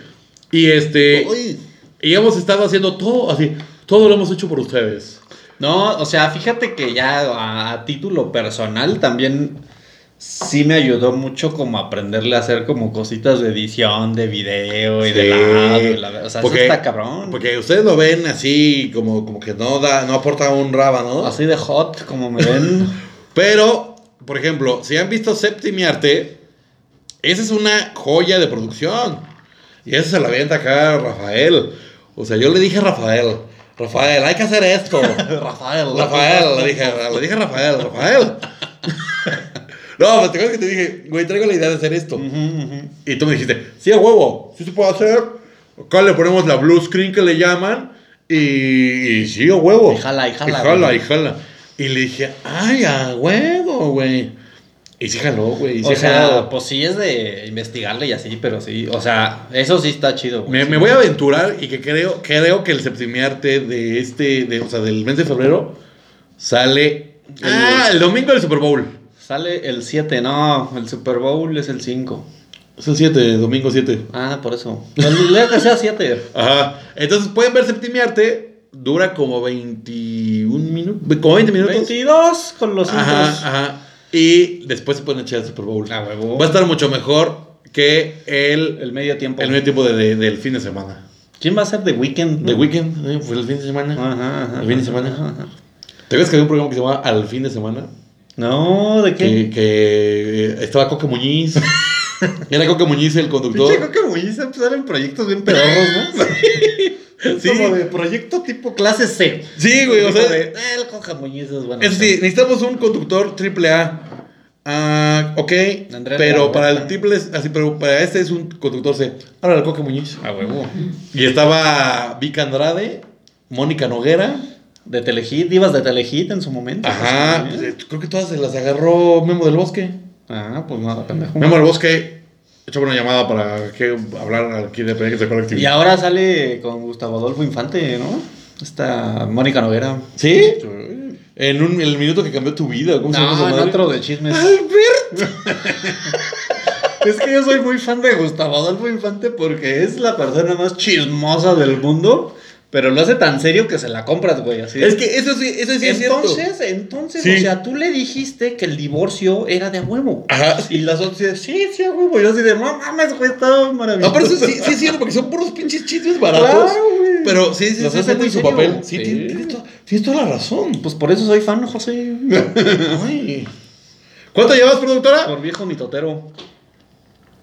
Speaker 3: Y este.
Speaker 4: Ay.
Speaker 3: Y hemos estado haciendo todo, así. Todo lo hemos hecho por ustedes.
Speaker 4: No, o sea, fíjate que ya a, a título personal también sí me ayudó mucho como aprenderle a hacer como cositas de edición, de video y de
Speaker 3: Sí.
Speaker 4: lado. y la- o sea,
Speaker 3: Porque-
Speaker 4: eso está cabrón.
Speaker 3: Porque ustedes lo ven así, como, como que no da, no aporta un rábano.
Speaker 4: Así de hot como me ven.
Speaker 3: Pero, por ejemplo, si han visto Septimi Arte, esa es una joya de producción. Y eso se la venta acá a Rafael. O sea, yo le dije a Rafael, Rafael, hay que hacer esto.
Speaker 4: *laughs* Rafael.
Speaker 3: Rafael, le dije, le dije a Rafael, Rafael. *laughs* No, pero te acuerdas que te dije, güey, traigo la idea de hacer esto.
Speaker 4: Ujú, ujú.
Speaker 3: Y tú me dijiste, sí, a huevo, sí se puede hacer. Acá le ponemos la blue screen que le llaman. Y, y sí, a huevo.
Speaker 4: Y jala, y jala,
Speaker 3: Y jala,
Speaker 4: güey.
Speaker 3: y jala. Y le dije, ay, a huevo, güey. Y sí jaló, güey. y
Speaker 4: O
Speaker 3: sí
Speaker 4: sea,
Speaker 3: jaló.
Speaker 4: pues sí es de investigarle y así, pero sí. O sea, eso sí está chido. güey.
Speaker 3: Me, me voy a aventurar y que creo, creo que el septimiarte de este, de, o sea, del mes de febrero sale. Ah, el domingo del Super Bowl.
Speaker 4: Sale el 7, no, el Super Bowl es el 5.
Speaker 3: Es el 7, domingo 7.
Speaker 4: Ah, por
Speaker 3: *laughs*
Speaker 4: eso. Leo que sea 7.
Speaker 3: Ajá. Entonces pueden ver Septimiarte. Dura como 21 minutos. Como 20 minutos.
Speaker 4: 22 con los
Speaker 3: Ajá,
Speaker 4: intros.
Speaker 3: ajá. Y después se pueden echar el Super Bowl.
Speaker 4: A Ah, huevo.
Speaker 3: Va a estar mucho mejor que el,
Speaker 4: El medio tiempo.
Speaker 3: el medio tiempo de- de- del fin de semana.
Speaker 4: ¿Quién va a ser The Weeknd?
Speaker 3: De weekend, eh, fue el fin de semana.
Speaker 4: Ajá, ajá.
Speaker 3: El fin de semana.
Speaker 4: Ajá, ajá.
Speaker 3: ¿Te acuerdas que había un programa que se llamaba Al fin de semana?
Speaker 4: No, ¿de qué?
Speaker 3: Que, que eh, estaba Coque
Speaker 4: *laughs*
Speaker 3: Muñiz. Era Coque Muñiz el
Speaker 4: Pinche
Speaker 3: conductor.
Speaker 4: creo que muy se salen proyectos bien pedorros, *laughs* ¿no? Es
Speaker 3: Sí.
Speaker 4: como de proyecto tipo clase C.
Speaker 3: Sí, güey, o
Speaker 4: Como
Speaker 3: sea,
Speaker 4: de, "Ah, el coja Muñiz es bueno.
Speaker 3: Eso sí, necesitamos un conductor triple A. Ah, ok,
Speaker 4: Andrea
Speaker 3: pero
Speaker 4: Legarreta.
Speaker 3: para el triple, es- así, pero para este es un conductor C. Ahora el Coque Muñiz.
Speaker 4: A Ah, huevo.
Speaker 3: Y estaba Vic Andrade, Mónica Noguera.
Speaker 4: De Telehit, divas de Telehit en su momento.
Speaker 3: Ajá,
Speaker 4: Pues,
Speaker 3: pues,
Speaker 4: también.
Speaker 3: eh, creo que todas se las agarró Memo del Bosque.
Speaker 4: Ah, pues nada, pendejo.
Speaker 3: Memo del Bosque, hecho una llamada para que hablar aquí de proyectos de
Speaker 4: Y
Speaker 3: colectividad.
Speaker 4: ahora sale con Gustavo Adolfo Infante, ¿no? Esta Mónica Noguera.
Speaker 3: ¿Sí? En un, el minuto que cambió tu vida, ¿cómo se llama esa
Speaker 4: No, en
Speaker 3: madre?
Speaker 4: otro de chismes.
Speaker 3: ¡Albert!
Speaker 4: *laughs* Es que yo soy muy fan de Gustavo Adolfo Infante porque es la persona más chismosa del mundo, pero lo hace tan serio que se la compras, güey. Así
Speaker 3: Es que eso sí, eso sí es cierto.
Speaker 4: entonces, entonces,
Speaker 3: Sí.
Speaker 4: o sea, tú le dijiste que el divorcio era de a huevo.
Speaker 3: Ajá.
Speaker 4: Y las otras dicen, sí, sí, a huevo. Y yo así de, no mames, güey, está
Speaker 3: No,
Speaker 4: maravilloso.
Speaker 3: pero eso
Speaker 4: *laughs*
Speaker 3: sí, sí es cierto, porque son puros pinches chistes baratos.
Speaker 4: Claro, güey.
Speaker 3: Pero sí, sí,
Speaker 4: Los
Speaker 3: sí,
Speaker 4: hace
Speaker 3: meten
Speaker 4: muy
Speaker 3: su
Speaker 4: serio.
Speaker 3: papel. Sí,
Speaker 4: Sí.
Speaker 3: Tienes, tienes to- tienes toda la *laughs* razón.
Speaker 4: Pues por eso soy fan, José.
Speaker 3: Ay. ¿Cuánto llevas, productora?
Speaker 4: por viejo mitotero.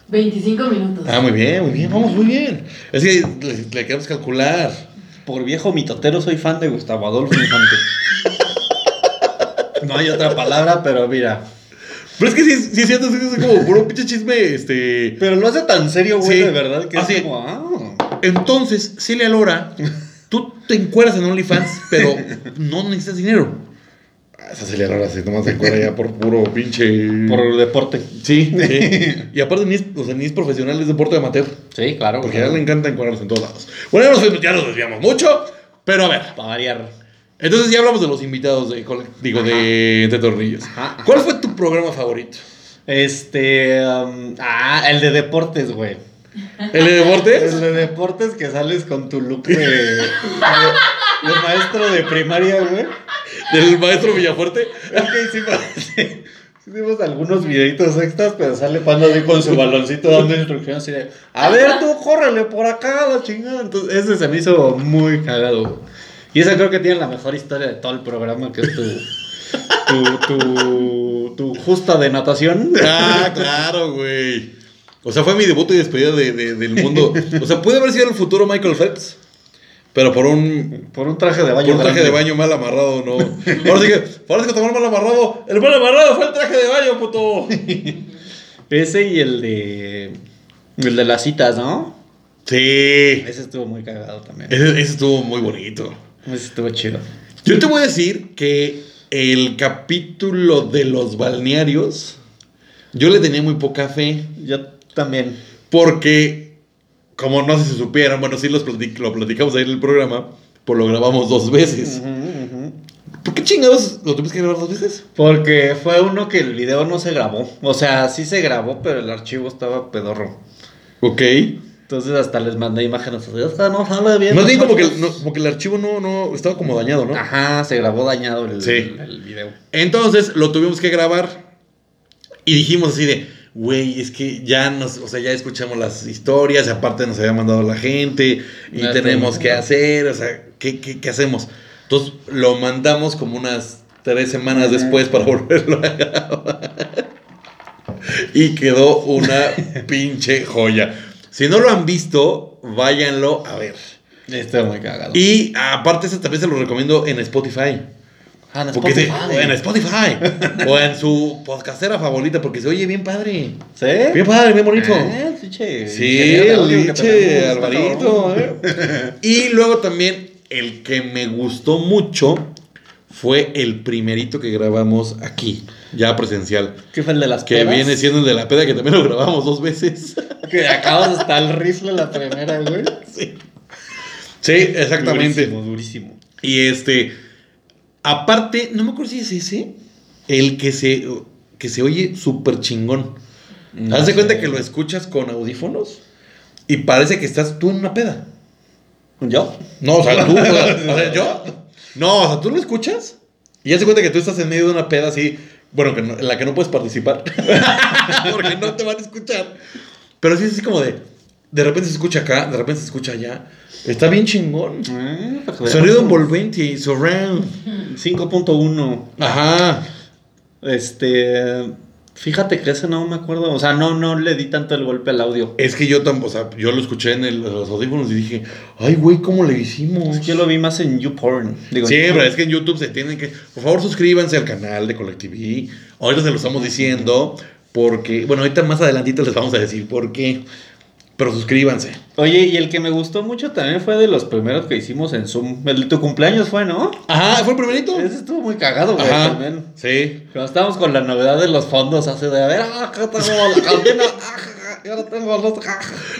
Speaker 5: 25 minutos.
Speaker 3: Ah, muy bien, muy bien, vamos muy bien. Es que le, le queremos calcular.
Speaker 4: Por viejo mitotero soy fan de Gustavo Adolfo Infante. No hay otra palabra, pero mira.
Speaker 3: Pero es que sí, sí es cierto, sí es como puro pinche chisme, este.
Speaker 4: Pero lo hace tan serio, güey,
Speaker 3: Sí.
Speaker 4: de verdad, que
Speaker 3: Así.
Speaker 4: es como, ah.
Speaker 3: Entonces, Celia Lora, tú te encueras en OnlyFans, pero no necesitas dinero. Ah, Esa Celia Lora se toma se encuera ya por puro pinche.
Speaker 4: Por el deporte.
Speaker 3: Sí, sí. *laughs* Y aparte, ni es, o sea, ni es profesional, es deporte amateur.
Speaker 4: Sí, claro.
Speaker 3: Porque a él le encanta encuadrarse en todos lados. Bueno, ya nos, ya nos desviamos mucho, pero a ver.
Speaker 4: Para variar.
Speaker 3: Entonces ya hablamos de los invitados de cole- digo, de, de tornillos.
Speaker 4: Ajá, ajá.
Speaker 3: ¿Cuál fue tu programa favorito?
Speaker 4: Este. um, ah, el de deportes, güey.
Speaker 3: ¿El de
Speaker 4: *laughs*
Speaker 3: deportes?
Speaker 4: El de deportes que sales con tu look de. de, de maestro de primaria, güey.
Speaker 3: ¿Del maestro Villafuerte?
Speaker 4: Es que hicimos. sí, Hicimos algunos videitos extras, pero sale Panda así con su baloncito dando instrucciones así de, a ver tú, córrele por acá, la chingada. Entonces, ese se me hizo muy cagado. güey. Y esa creo que tiene la mejor historia de todo el programa, que es tu, tu, tu, tu justa de natación.
Speaker 3: Ah, claro, güey. O sea, fue mi debut y despedida de- de- del mundo. O sea, pude haber sido el futuro Michael Phelps, pero por un,
Speaker 4: Por un traje de
Speaker 3: por
Speaker 4: baño.
Speaker 3: un traje
Speaker 4: grande.
Speaker 3: de baño mal amarrado,
Speaker 4: *laughs*
Speaker 3: no. Ahora sí que, ahora sí que tomar mal amarrado. El mal amarrado fue el traje de baño, puto.
Speaker 4: *laughs* Ese y el de. El de las citas, ¿no?
Speaker 3: Sí.
Speaker 4: Ese estuvo muy cagado también.
Speaker 3: Ese, ese estuvo muy bonito.
Speaker 4: Ese estuvo chido.
Speaker 3: Yo te voy a decir que el capítulo de los balnearios, yo le tenía muy poca fe.
Speaker 4: Yo también.
Speaker 3: Porque, como no sé si supieran, bueno, sí los platic- lo platicamos ahí en el programa, pues lo grabamos dos veces.
Speaker 4: Ujú, ujú.
Speaker 3: ¿Por qué chingados lo tuvimos que grabar dos veces?
Speaker 4: Porque fue uno que el video no se grabó. O sea, sí se grabó, pero el archivo estaba pedorro.
Speaker 3: Ok.
Speaker 4: Entonces hasta les mandé imágenes. así, "Esta no sale bien.
Speaker 3: No tiene como que,
Speaker 4: muchachos".
Speaker 3: el- no, como que el archivo no, no estaba como dañado, ¿no?
Speaker 4: Ajá, se grabó dañado el,
Speaker 3: Sí.
Speaker 4: el video.
Speaker 3: Entonces lo tuvimos que grabar y dijimos así de, güey, es que ya nos, o sea, ya escuchamos las historias, aparte nos había mandado la gente y
Speaker 4: Ya
Speaker 3: tenemos
Speaker 4: tenemos.
Speaker 3: que hacer, o sea, ¿qué, qué, qué hacemos? Entonces lo mandamos como unas tres semanas después para *laughs* volverlo a grabar. Y quedó una pinche joya. Si no lo han visto, váyanlo a ver.
Speaker 4: Estuvo muy cagado.
Speaker 3: Y aparte, ese también se lo recomiendo en Spotify.
Speaker 4: Ah, en
Speaker 3: Porque se-
Speaker 4: Spotify.
Speaker 3: en Spotify o en su podcastera favorita, porque se oye bien padre.
Speaker 4: ¿Sí?
Speaker 3: Bien padre, bien bonito.
Speaker 4: Ah, pinche
Speaker 3: Sí,
Speaker 4: ingeniero de
Speaker 3: el
Speaker 4: audio que
Speaker 3: pinche
Speaker 4: tenemos,
Speaker 3: Alvarito. ¿eh? Y luego también, el que me gustó mucho fue el primerito que grabamos aquí, ya presencial.
Speaker 4: ¿Qué fue el de las
Speaker 3: Que
Speaker 4: pedas?
Speaker 3: viene siendo el de la peda, que también lo grabamos dos veces.
Speaker 4: Que acabas hasta el rifle la primera, güey.
Speaker 3: Sí, exactamente.
Speaker 4: Durísimo, durísimo.
Speaker 3: Y este, aparte, no me acuerdo si es ese, el que se, que se oye súper chingón.
Speaker 4: Mm.
Speaker 3: Haz de cuenta que lo escuchas con audífonos y parece que estás tú en una peda.
Speaker 4: ¿Yo?
Speaker 3: No, o sea, tú, o sea, o sea, yo. No, o sea, tú lo escuchas y haz de cuenta que tú estás en medio de una peda así, bueno, que no- en la que no puedes participar *laughs* porque no te van a escuchar. Pero sí es así como de, de repente se escucha acá, de repente se escucha allá. Está bien chingón.
Speaker 4: Eh, para que
Speaker 3: Sonido
Speaker 4: veas.
Speaker 3: envolvente y surround.
Speaker 4: 5.1.
Speaker 3: Ajá.
Speaker 4: Este. Fíjate que ese no me acuerdo. O sea, no, no le di tanto el golpe al audio.
Speaker 3: Es que yo tampoco, o sea, yo lo escuché en el- en los audífonos y dije, ay, güey, ¿cómo le hicimos?
Speaker 4: Yo lo vi más en YouPorn. Digo,
Speaker 3: Siempre, es que en YouTube se tienen que. Por favor, suscríbanse al canal de Colectiví. Ahorita se lo estamos diciendo. Porque, bueno, ahorita más adelantito les vamos a decir por qué. Pero suscríbanse.
Speaker 4: Oye, y el que me gustó mucho también fue de los primeros que hicimos en Zoom. El de tu cumpleaños fue, ¿no?
Speaker 3: Ajá, fue el primerito.
Speaker 4: Ese estuvo muy cagado, güey.
Speaker 3: Ajá.
Speaker 4: También.
Speaker 3: Sí.
Speaker 4: Cuando estábamos con la novedad de los fondos hace de a ver, ah, acá tengo la cantina, ah, ah, yo no tengo los. ah".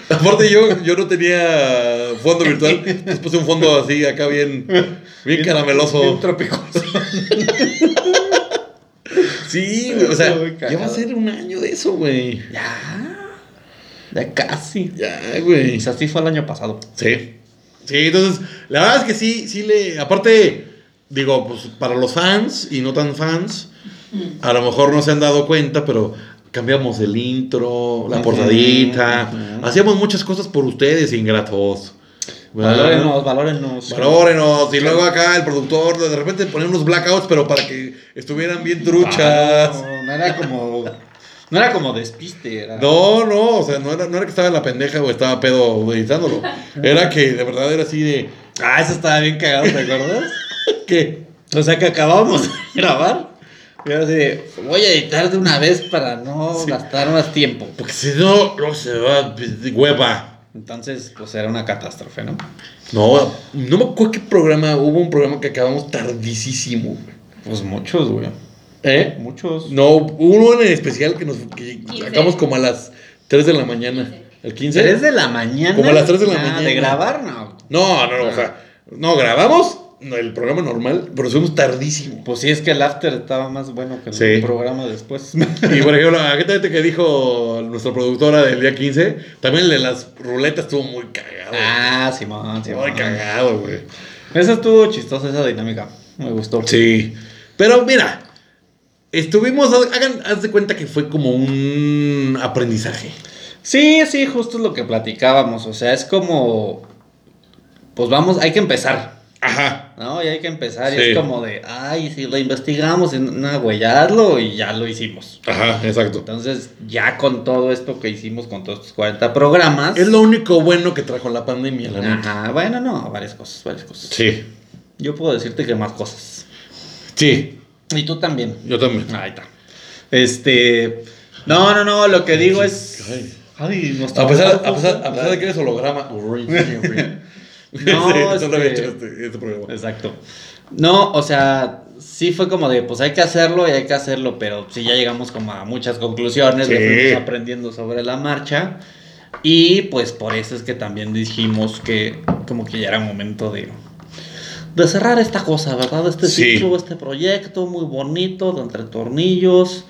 Speaker 3: Aparte, yo, yo no tenía fondo virtual. Les puse un fondo así, acá bien, bien
Speaker 4: Bien
Speaker 3: carameloso.
Speaker 4: tropicoso.
Speaker 3: Sí, güey, o sea,
Speaker 4: Estuvo muy
Speaker 3: ya va a
Speaker 4: cagado.
Speaker 3: ser un año de eso, güey.
Speaker 4: Ya. Ya casi.
Speaker 3: Ya, güey.
Speaker 4: Y así fue el año pasado.
Speaker 3: Sí. Sí, entonces, la verdad es que sí, sí le. Aparte, digo, pues para los fans y no tan fans, a lo mejor no se han dado cuenta, pero cambiamos el intro, la
Speaker 4: Ujú,
Speaker 3: portadita,
Speaker 4: ujú.
Speaker 3: hacíamos muchas cosas por ustedes, ingratos. ¿Verdad?
Speaker 4: Valórenos, valórenos.
Speaker 3: Valórenos. Y luego acá el productor de repente ponía unos blackouts, pero para que estuvieran bien truchas.
Speaker 4: Ah, No, no era como. No era como despiste, era.
Speaker 3: No, no, o sea, no era, no era que estaba en la pendeja o estaba pedo editándolo. Era que de verdad era así de.
Speaker 4: Ah, eso estaba bien cagado, ¿te *laughs* acuerdas? ¿Qué? O sea, que acabamos de grabar. Y ahora sí, voy a editar de una vez para no gastar más tiempo.
Speaker 3: Porque si no, no se va pues, de hueva.
Speaker 4: Entonces, pues era una catástrofe, ¿no?
Speaker 3: No, no me acuerdo qué programa, hubo un programa que acabamos tardísimo. güey.
Speaker 4: Pues muchos, güey.
Speaker 3: ¿Eh?
Speaker 4: Muchos.
Speaker 3: No, uno en especial que nos que
Speaker 5: Quince.
Speaker 3: acabamos como a las 3 de la mañana. ¿El 15?
Speaker 4: 3 de la mañana.
Speaker 3: Como a las tres de la
Speaker 4: Ah,
Speaker 3: mañana.
Speaker 4: ¿De grabar? No.
Speaker 3: No, no, no, o sea, no grabamos no, el programa normal, pero subimos tardísimo.
Speaker 4: Pues sí, es que el after estaba más bueno que el
Speaker 3: Sí.
Speaker 4: programa después.
Speaker 3: Y por ejemplo, gente este que dijo nuestra productora del día 15, también el de las ruletas estuvo muy cagado.
Speaker 4: *laughs* ah, Simón,
Speaker 3: güey.
Speaker 4: Simón.
Speaker 3: muy cagado, güey.
Speaker 4: Esa estuvo chistosa, esa dinámica. Me gustó.
Speaker 3: Sí. Pero mira, estuvimos, hagan, haz de cuenta que fue como un aprendizaje.
Speaker 4: Sí, sí, justo es lo que platicábamos. O sea, es como. Pues vamos, hay que empezar.
Speaker 3: Ajá.
Speaker 4: ¿No? Y hay que empezar.
Speaker 3: Sí.
Speaker 4: Y es como de, ay, si lo investigamos, y no, güey, ya hazlo y ya lo hicimos.
Speaker 3: Ajá, exacto.
Speaker 4: Entonces, ya con todo esto que hicimos, con todos estos 40 programas.
Speaker 3: Es lo único bueno que trajo la pandemia, la neta.
Speaker 4: Ajá, bueno, no, varias cosas, varias cosas.
Speaker 3: Sí.
Speaker 4: Yo puedo decirte que más cosas.
Speaker 3: Sí,
Speaker 4: Y tú también.
Speaker 3: yo también.
Speaker 4: Ahí está. Este. No, no, no, lo que digo
Speaker 3: Ay.
Speaker 4: es. Ay, nos
Speaker 3: A pesar, a,
Speaker 4: tocó-
Speaker 3: pesar, a pesar de que eres holograma. Orange is free.
Speaker 4: No,
Speaker 3: *laughs* Sí, no lo había
Speaker 4: este-
Speaker 3: hecho este, este programa.
Speaker 4: Exacto. No, o sea, sí fue como de, pues hay que hacerlo y hay que hacerlo, pero sí ya llegamos como a muchas conclusiones,
Speaker 3: Sí.
Speaker 4: lo fuimos aprendiendo sobre la marcha. Y pues por eso es que también dijimos que como que ya era momento de, de cerrar esta cosa, ¿verdad? Este
Speaker 3: Sí.
Speaker 4: ciclo, este proyecto muy bonito, de entre tornillos.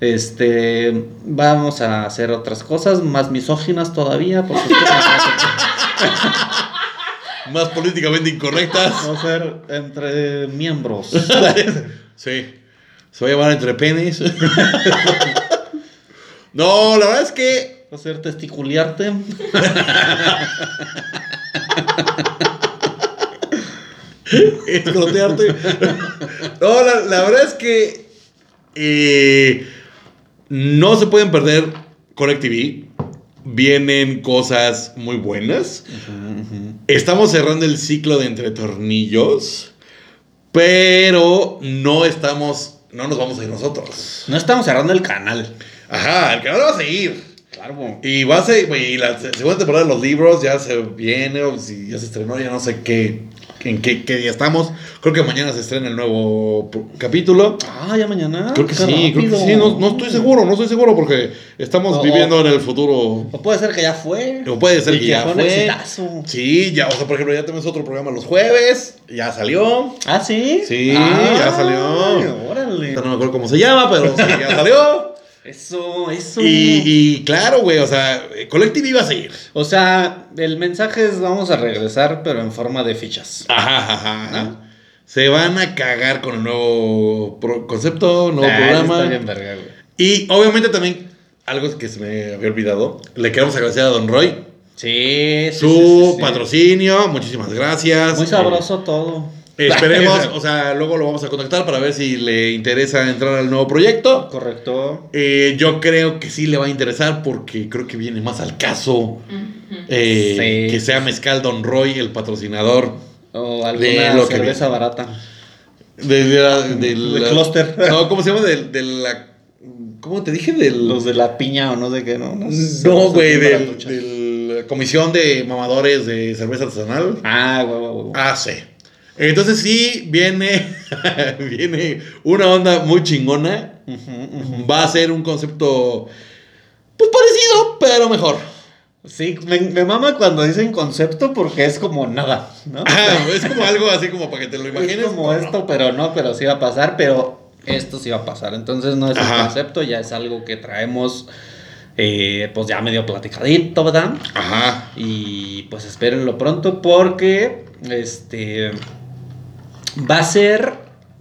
Speaker 4: Este, vamos a hacer otras cosas más misóginas todavía, porque
Speaker 3: *laughs* Más políticamente incorrectas.
Speaker 4: vamos a ser entre miembros.
Speaker 3: Sí. Se va a llamar entre penes. *laughs* no, la verdad es que.
Speaker 4: Va a ser testiculiarte.
Speaker 3: eh, Escotearte. no, la, la verdad es que. eh, no se pueden perder Connect TV. Vienen cosas muy buenas. Estamos cerrando el ciclo de entre tornillos, pero no estamos, no nos vamos a ir nosotros.
Speaker 4: No estamos cerrando el canal.
Speaker 3: Ajá, el canal va a seguir.
Speaker 4: Claro.
Speaker 3: Y va a ser, güey, y la se- segunda temporada de los libros ya se viene, o si ya se estrenó, ya no sé qué, en qué, qué día estamos. Creo que mañana se estrena el nuevo pu- capítulo.
Speaker 4: Ah, ya mañana.
Speaker 3: Creo que
Speaker 4: Qué
Speaker 3: sí, creo que
Speaker 4: rápido.
Speaker 3: sí, no, no estoy seguro, no estoy seguro porque estamos
Speaker 4: No.
Speaker 3: viviendo en el futuro.
Speaker 4: O puede ser que ya fue.
Speaker 3: O puede ser
Speaker 4: Y
Speaker 3: que ya
Speaker 4: fue. un
Speaker 3: fue.
Speaker 4: exitazo.
Speaker 3: Sí, ya, o sea, por ejemplo, ya tenemos otro programa los jueves, ya salió.
Speaker 4: Ah, sí.
Speaker 3: Sí,
Speaker 4: Ah,
Speaker 3: ya salió.
Speaker 4: Órale.
Speaker 3: Ahorita No me acuerdo cómo se llama, pero sí, ya
Speaker 4: *laughs*
Speaker 3: salió.
Speaker 4: Eso, eso.
Speaker 3: Y, y claro, güey, o sea, Collective iba a seguir.
Speaker 4: O sea, el mensaje es vamos a regresar, pero en forma de fichas.
Speaker 3: Ajá, ajá, ajá. Se van a cagar con el nuevo pro- concepto, nuevo
Speaker 4: Ah,
Speaker 3: programa.
Speaker 4: Está bien verga, güey.
Speaker 3: Y obviamente también, algo que se me había olvidado, le queremos agradecer a Don Roy
Speaker 4: Sí, sí,
Speaker 3: su
Speaker 4: sí, sí, sí.
Speaker 3: patrocinio. Muchísimas gracias. Eh,
Speaker 4: Muy sabroso todo.
Speaker 3: Esperemos,
Speaker 4: *laughs*
Speaker 3: o sea, luego lo vamos a contactar para ver si le interesa entrar al nuevo proyecto.
Speaker 4: Correcto.
Speaker 3: Eh, yo creo que sí le va a interesar porque creo que viene más al caso eh,
Speaker 4: Sí.
Speaker 3: que sea Mezcal Don Roy el patrocinador
Speaker 4: O
Speaker 3: De
Speaker 4: alguna
Speaker 3: lo que
Speaker 4: cerveza barata.
Speaker 3: de, de la- de
Speaker 4: De
Speaker 3: la-
Speaker 4: Cluster.
Speaker 3: *laughs* No, ¿cómo se llama? Del- De, la... ¿Cómo te dije? Del...
Speaker 4: Los de la piña o no sé qué, ¿no? Unas
Speaker 3: no, güey,
Speaker 4: cervezas bien
Speaker 3: del-
Speaker 4: baratuchas.
Speaker 3: de la comisión de mamadores de cerveza artesanal.
Speaker 4: Ah, güey, güey, güey.
Speaker 3: Ah, sí. Entonces sí, viene, *laughs* viene una onda muy chingona.
Speaker 4: Ujú, ujú.
Speaker 3: Va a ser un concepto, pues parecido, pero mejor. *laughs*
Speaker 4: Sí, me, me mama cuando dicen concepto porque es como nada, ¿no?
Speaker 3: Ajá, es como algo así como para que te lo imagines.
Speaker 4: es como
Speaker 3: pero no.
Speaker 4: esto, pero no, pero sí va a pasar, pero esto sí va a pasar. Entonces no es
Speaker 3: Ajá.
Speaker 4: un concepto, ya es algo que traemos eh, pues ya medio platicadito, ¿verdad?
Speaker 3: Ajá.
Speaker 4: Y pues espérenlo pronto porque este va a ser,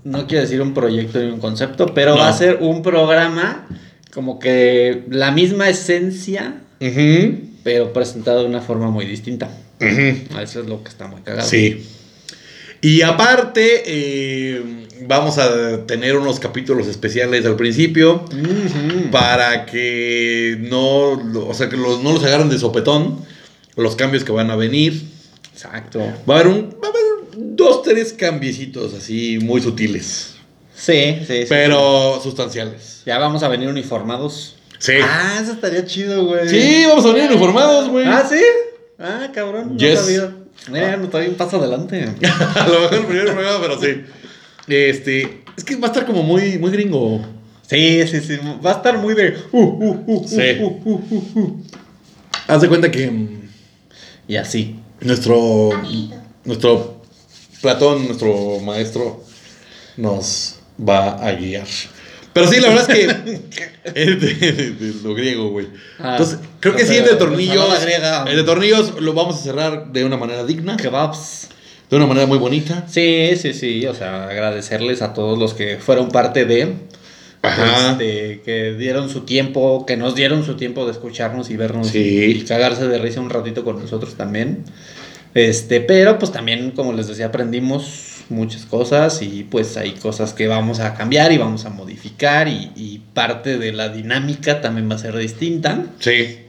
Speaker 4: no quiero decir un proyecto ni un concepto, pero
Speaker 3: No.
Speaker 4: va a ser un programa como que la misma esencia,
Speaker 3: Ujú,
Speaker 4: pero presentado de una forma muy distinta.
Speaker 3: ujú.
Speaker 4: Eso es lo que está muy cagado.
Speaker 3: Sí. Y aparte, eh, vamos a tener unos capítulos especiales al principio
Speaker 4: Ujú.
Speaker 3: para que no, lo- o sea, que los, no los agarren de sopetón los cambios que van a venir.
Speaker 4: Exacto.
Speaker 3: Va a haber un, va a haber dos, tres cambiecitos así muy sutiles,
Speaker 4: Sí, sí, sí.
Speaker 3: pero sustanciales.
Speaker 4: Ya vamos a venir uniformados.
Speaker 3: Sí.
Speaker 4: Ah, eso estaría chido, güey.
Speaker 3: Sí, vamos a venir uniformados, güey.
Speaker 4: Ah, sí. Ah, cabrón. No
Speaker 3: Yes.
Speaker 4: sabía. Mira, no todavía un paso adelante.
Speaker 3: *laughs* A lo mejor el primer programa, pero sí. Este, es que va a estar como muy, muy gringo.
Speaker 4: Sí, sí, sí. Va a estar muy de. Uh, uh, uh, uh,
Speaker 3: Sí.
Speaker 4: uh, uh, uh, uh.
Speaker 3: Haz de cuenta que mm,
Speaker 4: Y así.
Speaker 3: nuestro, nuestro Platón, nuestro maestro, nos va a guiar. Pero sí, la verdad es que
Speaker 4: *laughs*
Speaker 3: es de, de- de lo griego, güey.
Speaker 4: Ah,
Speaker 3: Entonces, creo que
Speaker 4: o
Speaker 3: sí,
Speaker 4: sea,
Speaker 3: el de tornillos.
Speaker 4: ensalada griega.
Speaker 3: El de tornillos lo vamos a cerrar de una manera digna,
Speaker 4: Kebabs.
Speaker 3: de una manera muy bonita.
Speaker 4: Sí, sí, sí. O sea, agradecerles a todos los que fueron parte de. Este, que dieron su tiempo, que nos dieron su tiempo de escucharnos y vernos
Speaker 3: Sí.
Speaker 4: y cagarse de risa un ratito con nosotros también. Este, pero pues también, como les decía, aprendimos muchas cosas y pues hay cosas que vamos a cambiar y vamos a modificar y, y parte de la dinámica también va a ser distinta.
Speaker 3: Sí.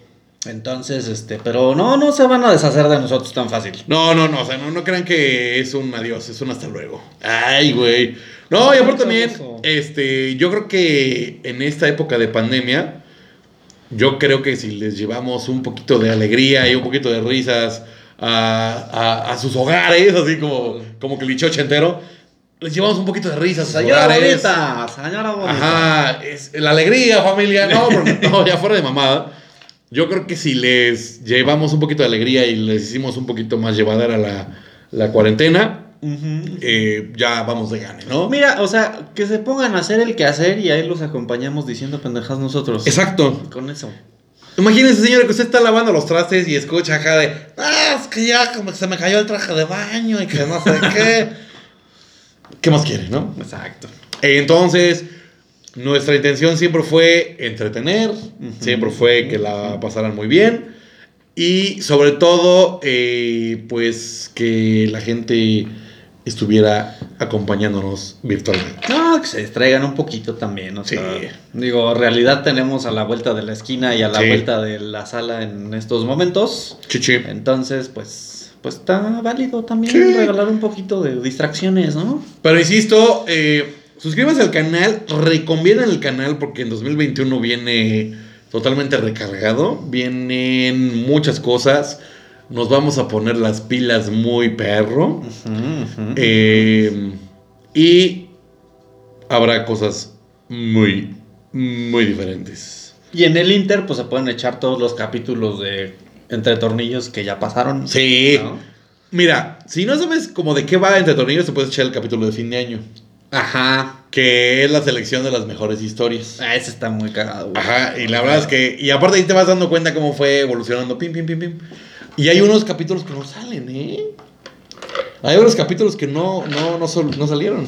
Speaker 4: Entonces, este, pero no, no se van a deshacer de nosotros tan fácil.
Speaker 3: No, no, no, o sea, no, no crean que es un adiós, es un hasta luego. Ay, güey. No, y aparte también,
Speaker 4: Eso.
Speaker 3: este, yo creo que en esta época de pandemia, yo creo que si les llevamos un poquito de alegría y un poquito de risas a, a- a sus hogares, así como, como que lichoche entero, les llevamos un poquito de risas a sus
Speaker 4: Señora
Speaker 3: hogares.
Speaker 4: Pues, bonita, señora bonita.
Speaker 3: Ajá, es la alegría, familia. No, porque- *laughs* no, ya fuera de mamada. Yo creo que si les llevamos un poquito de alegría y les hicimos un poquito más llevadera la, la cuarentena,
Speaker 4: Ujú.
Speaker 3: eh, ya vamos de gane, ¿no?
Speaker 4: Mira, o sea, que se pongan a hacer el quehacer y ahí los acompañamos diciendo pendejas nosotros.
Speaker 3: Exacto.
Speaker 4: Con eso.
Speaker 3: Imagínense, señora, que usted está lavando los trastes y escucha acá de, ah, es que ya como que se me cayó el traje de baño y que no sé qué. ¿Qué más quiere, no?
Speaker 4: Exacto.
Speaker 3: Entonces, nuestra intención siempre fue entretener, siempre fue que la pasaran muy bien y sobre todo, eh, pues que la gente estuviera acompañándonos virtualmente.
Speaker 4: No, que se distraigan un poquito también, o
Speaker 3: Sí.
Speaker 4: sea, digo, realidad tenemos a la vuelta de la esquina y a la
Speaker 3: Sí.
Speaker 4: vuelta de la sala en estos momentos.
Speaker 3: Chichi.
Speaker 4: Entonces, pues, pues está válido también
Speaker 3: Sí.
Speaker 4: regalar un poquito de distracciones, ¿no?
Speaker 3: Pero insisto, eh, suscríbanse al canal, recomiendan el canal porque en 2021 viene totalmente recargado, vienen muchas cosas, nos vamos a poner las pilas muy perro. Eh, y habrá cosas muy, muy diferentes.
Speaker 4: y en el Inter, pues se pueden echar todos los capítulos de Entre Tornillos que ya pasaron.
Speaker 3: Sí.
Speaker 4: ¿no?
Speaker 3: Mira, si no sabes como de qué va entre tornillos, te puedes echar el capítulo de fin de año.
Speaker 4: Ajá.
Speaker 3: Que es la selección de las mejores historias.
Speaker 4: Ah, ese está muy cagado, güey.
Speaker 3: Ajá, y la verdad es que. Y aparte ahí te vas dando cuenta cómo fue evolucionando. Pim, pim, pim, pim. Y hay unos capítulos que no salen, ¿eh? Hay unos capítulos que no, no, no, sol- no salieron.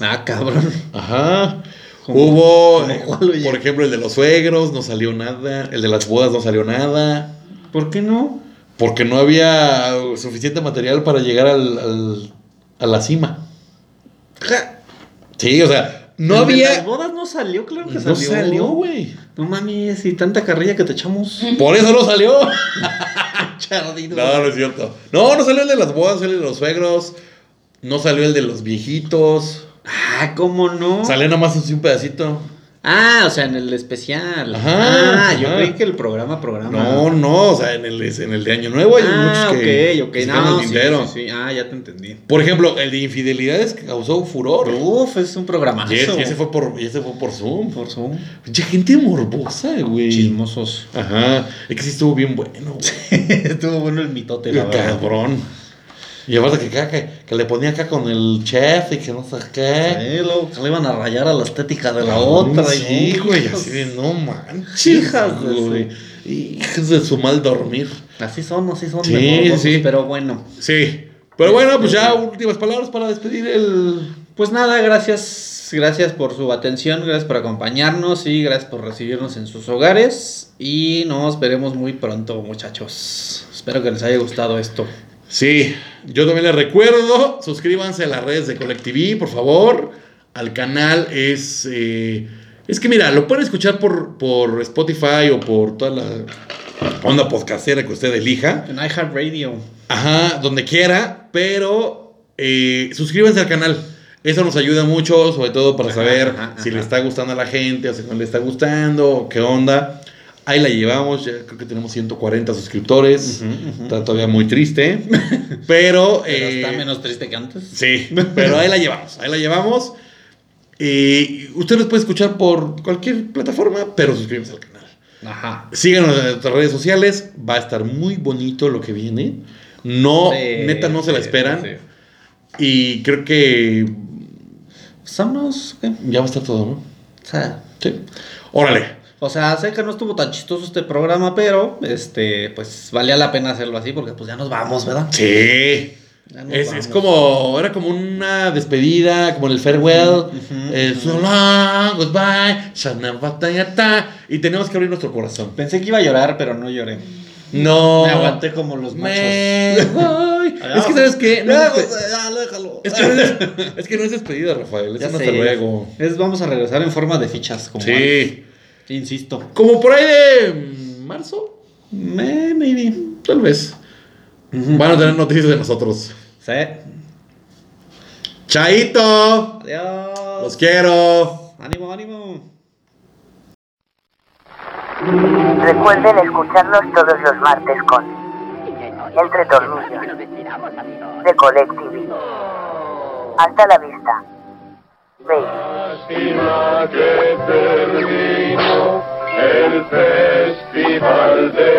Speaker 4: Ah, cabrón.
Speaker 3: Ajá.
Speaker 4: Como-
Speaker 3: Hubo,
Speaker 4: como
Speaker 3: eh,
Speaker 4: cuál, oye.
Speaker 3: por ejemplo, el de los suegros, no salió nada. El de las bodas no salió nada.
Speaker 4: ¿Por qué no?
Speaker 3: Porque no había suficiente material para llegar al, al- a la cima. Sí, o sea, no
Speaker 4: El de
Speaker 3: había.
Speaker 4: Las bodas no salió, claro que
Speaker 3: No
Speaker 4: salió.
Speaker 3: salió, güey.
Speaker 4: No mames, y tanta carrilla que te echamos.
Speaker 3: Por eso no salió.
Speaker 4: *laughs* Chardido.
Speaker 3: No, no es cierto. No, no salió el de las bodas, salió el de los suegros. No salió el de los viejitos.
Speaker 4: Ah, ¿cómo no?
Speaker 3: Salió nada más así un pedacito.
Speaker 4: Ah, o sea, en el especial.
Speaker 3: Ajá,
Speaker 4: ah, yo
Speaker 3: ajá.
Speaker 4: creí que el programa, programa.
Speaker 3: No, no, o sea, en el, en el de Año Nuevo hay
Speaker 4: ah,
Speaker 3: muchos que.
Speaker 4: ok, ok.
Speaker 3: que se quedan
Speaker 4: No,
Speaker 3: al
Speaker 4: sí,
Speaker 3: tintero.
Speaker 4: sí, sí. Ah, ya te entendí.
Speaker 3: Por ejemplo, el de infidelidades que causó furor.
Speaker 4: Uf, es un programa.
Speaker 3: Y ese, y ese fue por, y ese fue por Zoom.
Speaker 4: por su
Speaker 3: Mucha gente morbosa, güey.
Speaker 4: chismosos. *laughs*
Speaker 3: Ajá. Es que sí estuvo bien bueno, güey.
Speaker 4: Estuvo bueno el mitote, la verdad.
Speaker 3: Cabrón. Y aparte que, acá, que, que le ponía acá con el chef y que no sé qué.
Speaker 4: Sí, ¿eh? luego que le iban a rayar a la estética de la otra.
Speaker 3: Sí,
Speaker 4: y-
Speaker 3: güey, así de no manches.
Speaker 4: Hijas de su-
Speaker 3: güey. Hijas de su mal dormir.
Speaker 4: Así son, así son.
Speaker 3: Sí,
Speaker 4: de morbosos,
Speaker 3: sí.
Speaker 4: Pero bueno.
Speaker 3: Sí. Pero bueno, pues ya últimas palabras para despedir el.
Speaker 4: Pues nada, gracias, gracias por su atención, gracias por acompañarnos y gracias por recibirnos en sus hogares. Y nos veremos muy pronto, muchachos. Espero que les haya gustado esto.
Speaker 3: Sí, yo también les recuerdo, suscríbanse a las redes de Colectiví, por favor. Al canal es... eh, es que mira, lo pueden escuchar por, por Spotify o por toda la onda podcastera que usted elija.
Speaker 4: En iHeartRadio.
Speaker 3: Ajá, donde quiera, pero eh, suscríbanse al canal. Eso nos ayuda mucho, sobre todo para
Speaker 4: Ajá,
Speaker 3: saber
Speaker 4: ajá,
Speaker 3: si le
Speaker 4: ajá.
Speaker 3: está gustando a la gente o si no le está gustando, o qué onda. Ahí la llevamos, ya creo que tenemos 140 suscriptores. Está todavía muy
Speaker 4: *laughs*
Speaker 3: triste. Pero.
Speaker 4: Pero
Speaker 3: eh,
Speaker 4: está menos triste que antes.
Speaker 3: Sí, pero ahí la llevamos. Ahí la llevamos. Y usted nos puede escuchar por cualquier plataforma, pero suscríbanse al canal.
Speaker 4: Ajá.
Speaker 3: Síganos en nuestras redes sociales. Va a estar muy bonito lo que viene. No,
Speaker 4: Sí,
Speaker 3: neta, no se la
Speaker 4: sí,
Speaker 3: esperan.
Speaker 4: sí.
Speaker 3: Y creo que
Speaker 4: Vámonos, Pues, ¿qué?
Speaker 3: ya va a estar todo, ¿no?
Speaker 4: O sea,
Speaker 3: Sí. Órale.
Speaker 4: o sea, sé que no estuvo tan chistoso este programa, pero este, pues valía la pena hacerlo así porque pues ya nos vamos, ¿verdad?
Speaker 3: Sí.
Speaker 4: Ya nos
Speaker 3: Es, es
Speaker 4: vamos.
Speaker 3: como, era como una despedida, como en el farewell.
Speaker 4: Ujú,
Speaker 3: eh, so long, goodbye, shanabatayata. Y tenemos que abrir nuestro corazón.
Speaker 4: Pensé que iba a llorar, pero no lloré.
Speaker 3: No.
Speaker 4: Me aguanté como los machos.
Speaker 3: Me voy.
Speaker 4: Adiós.
Speaker 3: es que, ¿sabes qué? No
Speaker 4: Ya,
Speaker 3: es, despe-
Speaker 4: pues, ya, déjalo.
Speaker 3: es que no es, es que no es despedida, Rafael. Es
Speaker 4: Ya
Speaker 3: un hasta
Speaker 4: sé.
Speaker 3: luego.
Speaker 4: Es, vamos a regresar en forma de fichas, como antes.
Speaker 3: Sí.
Speaker 4: Insisto.
Speaker 3: Como por ahí de mm, marzo,
Speaker 4: Me, maybe.
Speaker 3: tal vez.
Speaker 4: Ujú.
Speaker 3: Van a tener noticias de nosotros.
Speaker 4: Sí.
Speaker 3: Chaito.
Speaker 4: Adiós.
Speaker 3: Los quiero.
Speaker 4: Ánimo, ánimo.
Speaker 1: Recuerden escucharnos todos los martes con Entre Tornillos de Colectivi. Hasta la vista. Baby.
Speaker 6: lástima que terminó el festival de